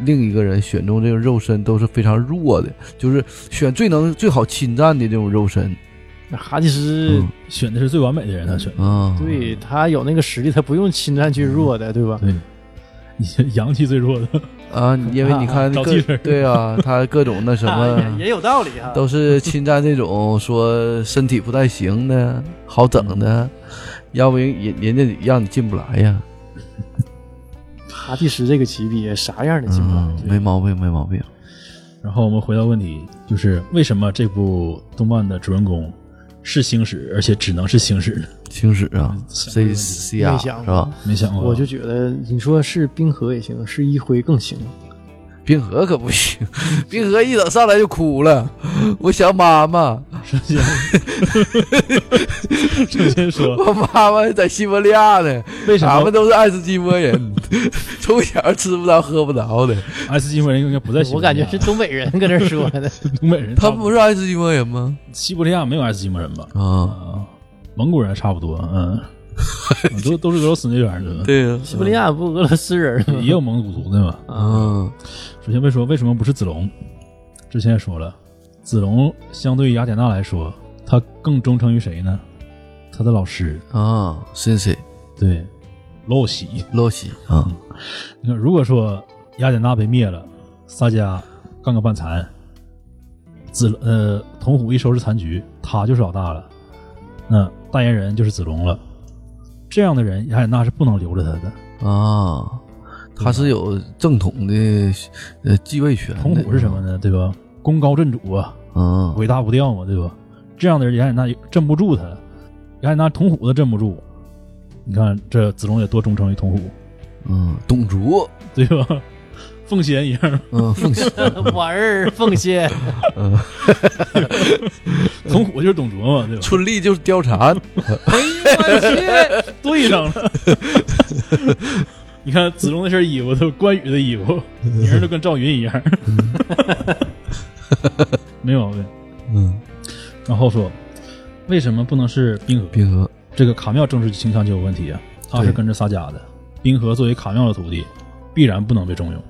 Speaker 2: 另一个人选中这个肉身都是非常弱的，就是选最能最好侵占的这种肉身
Speaker 1: 那哈迪斯
Speaker 2: 嗯
Speaker 3: 选的是最完美的人，他选的。
Speaker 2: 啊。
Speaker 1: 对他有那个实力，他不用侵占去弱的，对吧？
Speaker 3: 对，你阳气最弱的， [LAUGHS]
Speaker 2: 啊，因为你看
Speaker 3: 找
Speaker 2: 各
Speaker 3: 地方
Speaker 2: 对啊， [LAUGHS] 他各种那什
Speaker 3: [LAUGHS] 哎
Speaker 1: 啊也
Speaker 2: 么
Speaker 1: 也有道理哈。
Speaker 2: 都是侵占这种说身体不太行的、好整
Speaker 3: 嗯
Speaker 2: 的，要不然人人家让你进不来呀。
Speaker 1: 哈迪斯这个级别啥样的进不来
Speaker 2: 嗯？，没毛病，没毛病。
Speaker 3: 然后我们回到问题，就是为什么这部动漫的主人公是星矢，而且只能是星矢呢？
Speaker 2: 青史啊
Speaker 3: 想
Speaker 2: ，C
Speaker 3: 问
Speaker 2: C R
Speaker 1: 没
Speaker 2: 是
Speaker 1: 想
Speaker 2: 吧？
Speaker 3: 没想过吧，啊
Speaker 1: 我就觉得你说是冰河也行，是一辉更行。
Speaker 2: 冰河可不行， [LAUGHS] 冰河一整上来就哭了， [LAUGHS] 我想妈妈，
Speaker 3: 首先， [LAUGHS] 首先说，
Speaker 2: 我妈妈在西伯利亚呢，
Speaker 3: 为什
Speaker 2: 俺们
Speaker 3: 么
Speaker 2: 都是爱斯基摩人， [LAUGHS] 从小吃不着喝不着的。
Speaker 3: 爱斯基摩人应该不在西伯
Speaker 4: 我
Speaker 3: 利
Speaker 4: 感
Speaker 3: 亚？
Speaker 4: 觉是东北人搁这说
Speaker 1: [LAUGHS]
Speaker 4: 的。
Speaker 3: 东北人，
Speaker 2: 他们不是爱斯基摩人吗？
Speaker 3: 西伯利亚没有爱斯基摩人吧？
Speaker 2: 啊，
Speaker 3: 啊，蒙古人差不多，嗯，都都是俄罗斯那边的，
Speaker 2: 对啊呀，
Speaker 4: 西伯利亚不俄罗斯
Speaker 1: [LAUGHS]
Speaker 4: 人吗？
Speaker 3: 也有蒙古族的嘛。
Speaker 2: 嗯，
Speaker 3: 首先，为什么为什么不是子龙？之前也说了，子龙相对于雅典娜来说，他更忠诚于谁呢？他的老师，
Speaker 2: 啊，是谁？
Speaker 3: 对，陋习。
Speaker 2: 洛西啊，
Speaker 3: 你看，如果说雅典娜被灭了，萨迦干个半残，子呃童虎一收拾残局，他就是老大了，那代言人就是子龙了。这样的人，雅典娜是不能留着他的。
Speaker 2: 啊，他是有正统的呃继位权的。
Speaker 3: 童虎是什么呢？对吧？功高震主啊，
Speaker 2: 嗯？
Speaker 3: 伟大不掉嘛，对吧？这样的人，雅典娜也镇不住他，雅典娜童虎都镇不住。你看这子龙也多忠诚于童虎，
Speaker 2: 嗯嗯，董卓，
Speaker 3: 对吧？ [LAUGHS] 奉先一样，
Speaker 2: 嗯，奉先，
Speaker 4: 我儿奉先，
Speaker 2: 嗯，
Speaker 3: 童虎就是董卓嘛，对
Speaker 2: [LAUGHS]
Speaker 3: 吧？
Speaker 2: 春丽就是貂蝉，
Speaker 4: 哎呦我去，
Speaker 3: 对上了。 [LAUGHS] 你看子龙那身衣服都是关羽的衣服，
Speaker 2: 嗯
Speaker 3: 名儿都跟赵云一样， [LAUGHS] 没毛病。
Speaker 2: 嗯，
Speaker 3: 然后说，为什么不能是冰河？
Speaker 2: 冰河，
Speaker 3: 这个卡妙政治倾向就有问题啊，他是
Speaker 2: 对
Speaker 3: 跟着萨迦的。冰河作为卡妙的徒弟，必然不能被重用，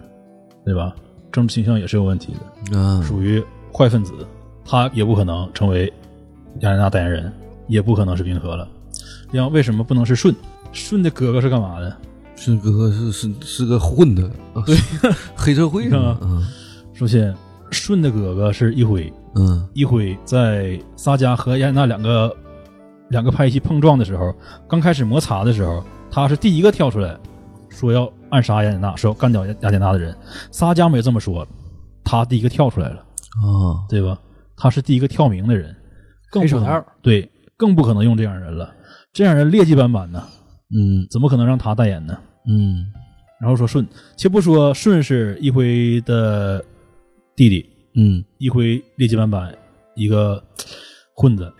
Speaker 3: 对吧？政治倾向也是有问题的，
Speaker 2: 嗯，
Speaker 3: 属于坏分子，他也不可能成为雅典娜代言人，也不可能是冰河了。然后为什么不能是舜？舜的哥哥是干嘛的？
Speaker 2: 是个是是是个混的，对， [LAUGHS] 黑社会
Speaker 3: 你看啊
Speaker 2: 嘛，嗯
Speaker 3: 首先，舜的哥哥是一辉，
Speaker 2: 嗯
Speaker 3: 一辉在萨迦和雅典娜两个两个派系碰撞的时候，刚开始摩擦的时候，他是第一个跳出来说要暗杀雅典娜，说要干掉雅雅典娜的人。萨迦没这么说，他第一个跳出来了，
Speaker 2: 啊，
Speaker 3: 对吧？他是第一个跳明的人，更
Speaker 1: 黑
Speaker 3: 不
Speaker 1: 手
Speaker 3: 可能
Speaker 1: 套
Speaker 3: 对，更不可能用这样人了。这样人劣迹斑斑呢，
Speaker 2: 嗯
Speaker 3: 怎么可能让他代言呢？
Speaker 2: 嗯
Speaker 3: 然后说舜，且不说舜是一辉的弟弟，
Speaker 2: 嗯
Speaker 3: 一辉劣迹斑斑，一个混子。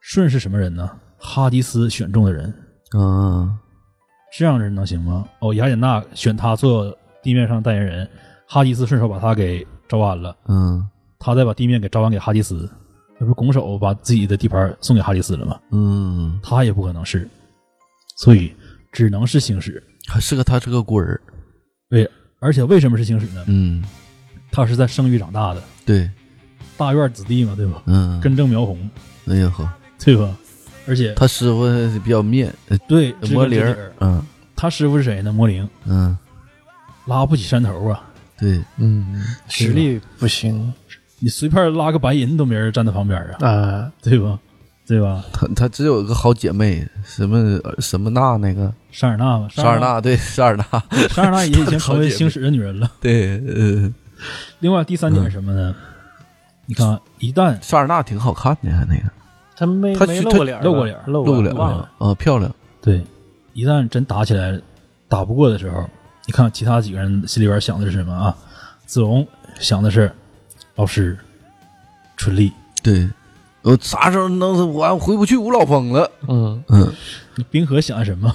Speaker 3: 舜是什么人呢？哈迪斯选中的人，
Speaker 2: 啊，
Speaker 3: 这样的人能行吗？哦，雅典娜选他做地面上代言人，哈迪斯顺手把他给招安了，
Speaker 2: 嗯
Speaker 3: 他再把地面给招安给哈迪斯，那不是拱手把自己的地盘送给哈迪斯了吗？
Speaker 2: 嗯，
Speaker 3: 他也不可能是，所以只能是行使。
Speaker 2: 还是个他是个孤儿，
Speaker 3: 对，而且为什么是行使呢？
Speaker 2: 嗯，
Speaker 3: 他是在生育长大的，
Speaker 2: 对，
Speaker 3: 大院子弟嘛，对吧？
Speaker 2: 嗯，
Speaker 3: 根正苗红，
Speaker 2: 哎呀呵，
Speaker 3: 对吧？而且
Speaker 2: 他师傅比较面，呃
Speaker 3: 对
Speaker 2: 魔
Speaker 3: 知根知
Speaker 2: 灵
Speaker 3: 底
Speaker 2: 儿
Speaker 3: 儿，
Speaker 2: 嗯
Speaker 3: 他师傅是谁呢？魔灵
Speaker 2: 嗯，
Speaker 3: 拉不起山头啊，
Speaker 2: 对，
Speaker 1: 嗯，实力不行
Speaker 3: 你随便拉个白银都没人站在旁边啊，
Speaker 1: 啊，
Speaker 3: 对吧？对吧？
Speaker 2: 他他只有一个好姐妹，什么呃什么娜那个
Speaker 3: 沙尔纳嘛，
Speaker 2: 莎尔
Speaker 3: 纳，
Speaker 2: 娜， [LAUGHS] 对，莎尔娜，
Speaker 3: 沙尔纳 [LAUGHS] 也已经成
Speaker 2: 好
Speaker 3: 为
Speaker 2: 姐妹
Speaker 3: 行使的女人了。
Speaker 2: 对，呃，
Speaker 3: 另外第三点是什么呢？你看啊，一旦
Speaker 2: 莎尔娜挺好看的，那个
Speaker 1: 他没
Speaker 2: 他
Speaker 1: 没
Speaker 2: 去
Speaker 1: 露
Speaker 2: 他
Speaker 1: 过脸儿吧，
Speaker 3: 露过脸儿
Speaker 1: 露
Speaker 2: 露脸
Speaker 1: 忘
Speaker 2: 了
Speaker 1: 了，
Speaker 2: 啊，漂亮，
Speaker 3: 对，一旦真打起来，打不过的时候，你看其他几个人心里边想的是什么啊？子龙想的是老师春丽，
Speaker 2: 对，我啥时候能我回不去五老峰了？
Speaker 1: 嗯，
Speaker 2: 嗯
Speaker 3: 冰河想的什么？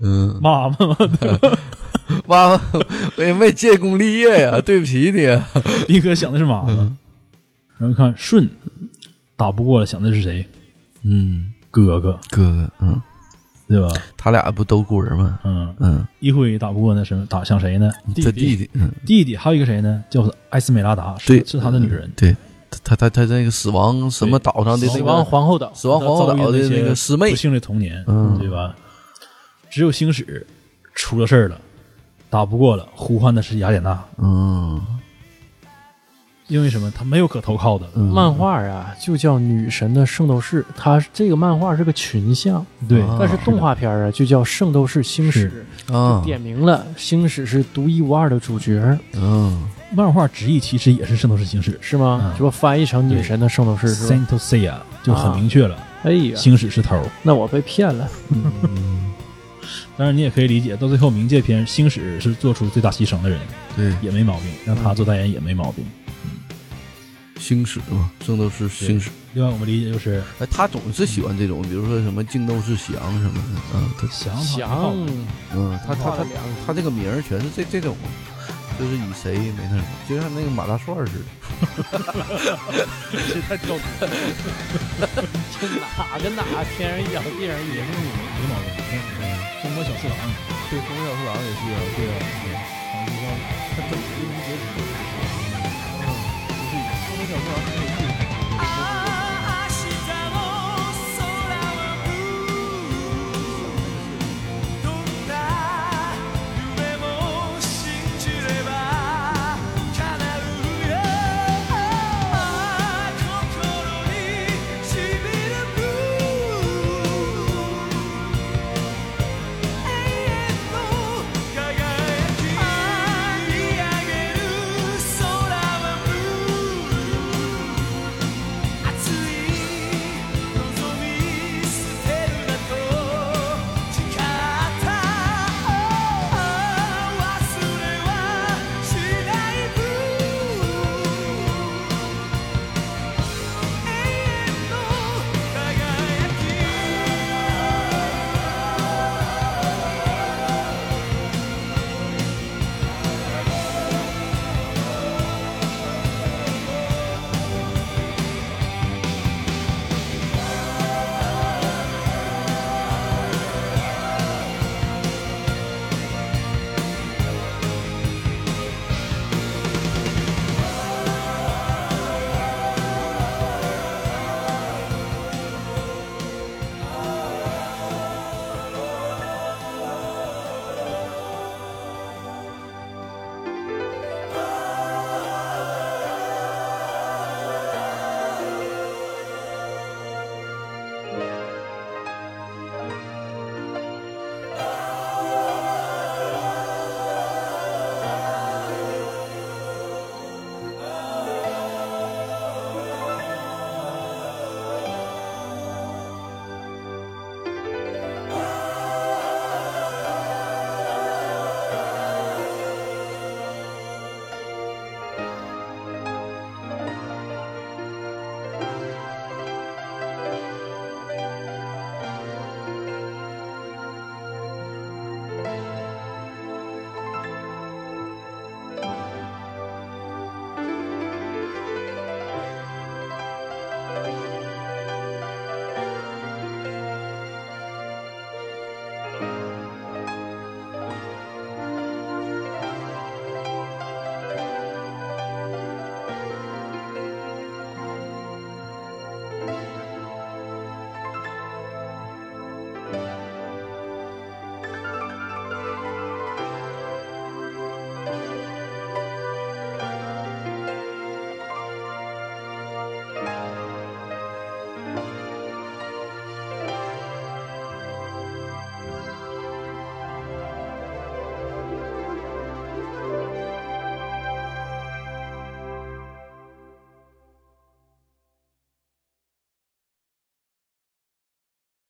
Speaker 2: 嗯，
Speaker 3: 妈妈嘛，对吧？
Speaker 2: 妈妈，我也没建功立业 [LAUGHS] 呀，对不起你。啊
Speaker 3: 冰河想的是妈
Speaker 2: 嗯
Speaker 3: 妈。然后看舜打不过了，想的是谁？
Speaker 2: 嗯，
Speaker 3: 哥哥，
Speaker 2: 哥哥，嗯，
Speaker 3: 对吧？
Speaker 2: 他俩不都孤儿吗？
Speaker 3: 嗯，
Speaker 2: 嗯，
Speaker 3: 一辉打不过那什么，打想谁呢？
Speaker 2: 他弟弟，嗯，
Speaker 3: 弟弟，还有一个谁呢？叫做艾斯美拉达，是
Speaker 2: 对，
Speaker 3: 是他的女人。
Speaker 2: 对，他他他那个死亡什么岛上的那
Speaker 1: 死
Speaker 2: 个
Speaker 1: 亡皇后岛，
Speaker 2: 死亡皇后岛的那个师妹
Speaker 3: 不，幸的童年，
Speaker 2: 嗯
Speaker 3: 对吧？只有星矢出了事儿了，打不过了，呼唤的是雅典娜，
Speaker 2: 嗯
Speaker 3: 因为什么？他没有可投靠的了。
Speaker 2: 嗯，
Speaker 1: 漫画啊，就叫《女神的圣斗士》，它这个漫画是个群像，
Speaker 3: 对
Speaker 2: 啊
Speaker 1: 但是动画片儿啊，就叫《圣斗士星矢》，
Speaker 2: 啊，
Speaker 1: 点明了星矢是独一无二的主角，
Speaker 2: 嗯
Speaker 3: 漫画直译其实也是《圣斗士星矢
Speaker 1: 是吗
Speaker 2: 啊
Speaker 3: 嗯？》
Speaker 1: 这不翻译成《女神的圣斗士》是吧？
Speaker 3: （Saint
Speaker 2: 啊
Speaker 3: Seiya） 就很明确了，
Speaker 1: 哎呀，
Speaker 3: 星矢是头儿。
Speaker 1: 那我被骗了。
Speaker 3: 当然，你也可以理解，到最后冥界篇，星矢是做出最大牺牲的人，
Speaker 2: 对，
Speaker 3: 也没毛病，让他做代言也没毛病。
Speaker 2: 星矢嘛，圣斗士星矢，
Speaker 3: 另外，我们理解就是
Speaker 2: 哎，他总是喜欢这种，比如说什么静斗士翔什么的，啊，对，
Speaker 3: 翔
Speaker 1: 翔
Speaker 2: 嗯，他
Speaker 1: 画
Speaker 2: 他
Speaker 1: 了
Speaker 2: 他
Speaker 1: 两个
Speaker 2: 他这个名儿全是这这种，就是以谁没那什么，就像那个马大帅似的，这太逗了。
Speaker 4: 这哪跟哪天上一脚地上一脚，
Speaker 3: 没毛病。中国小次郎，
Speaker 2: 对，公小四郎也是啊，对啊，他真是一节气，嗯，就是公小四郎他也是。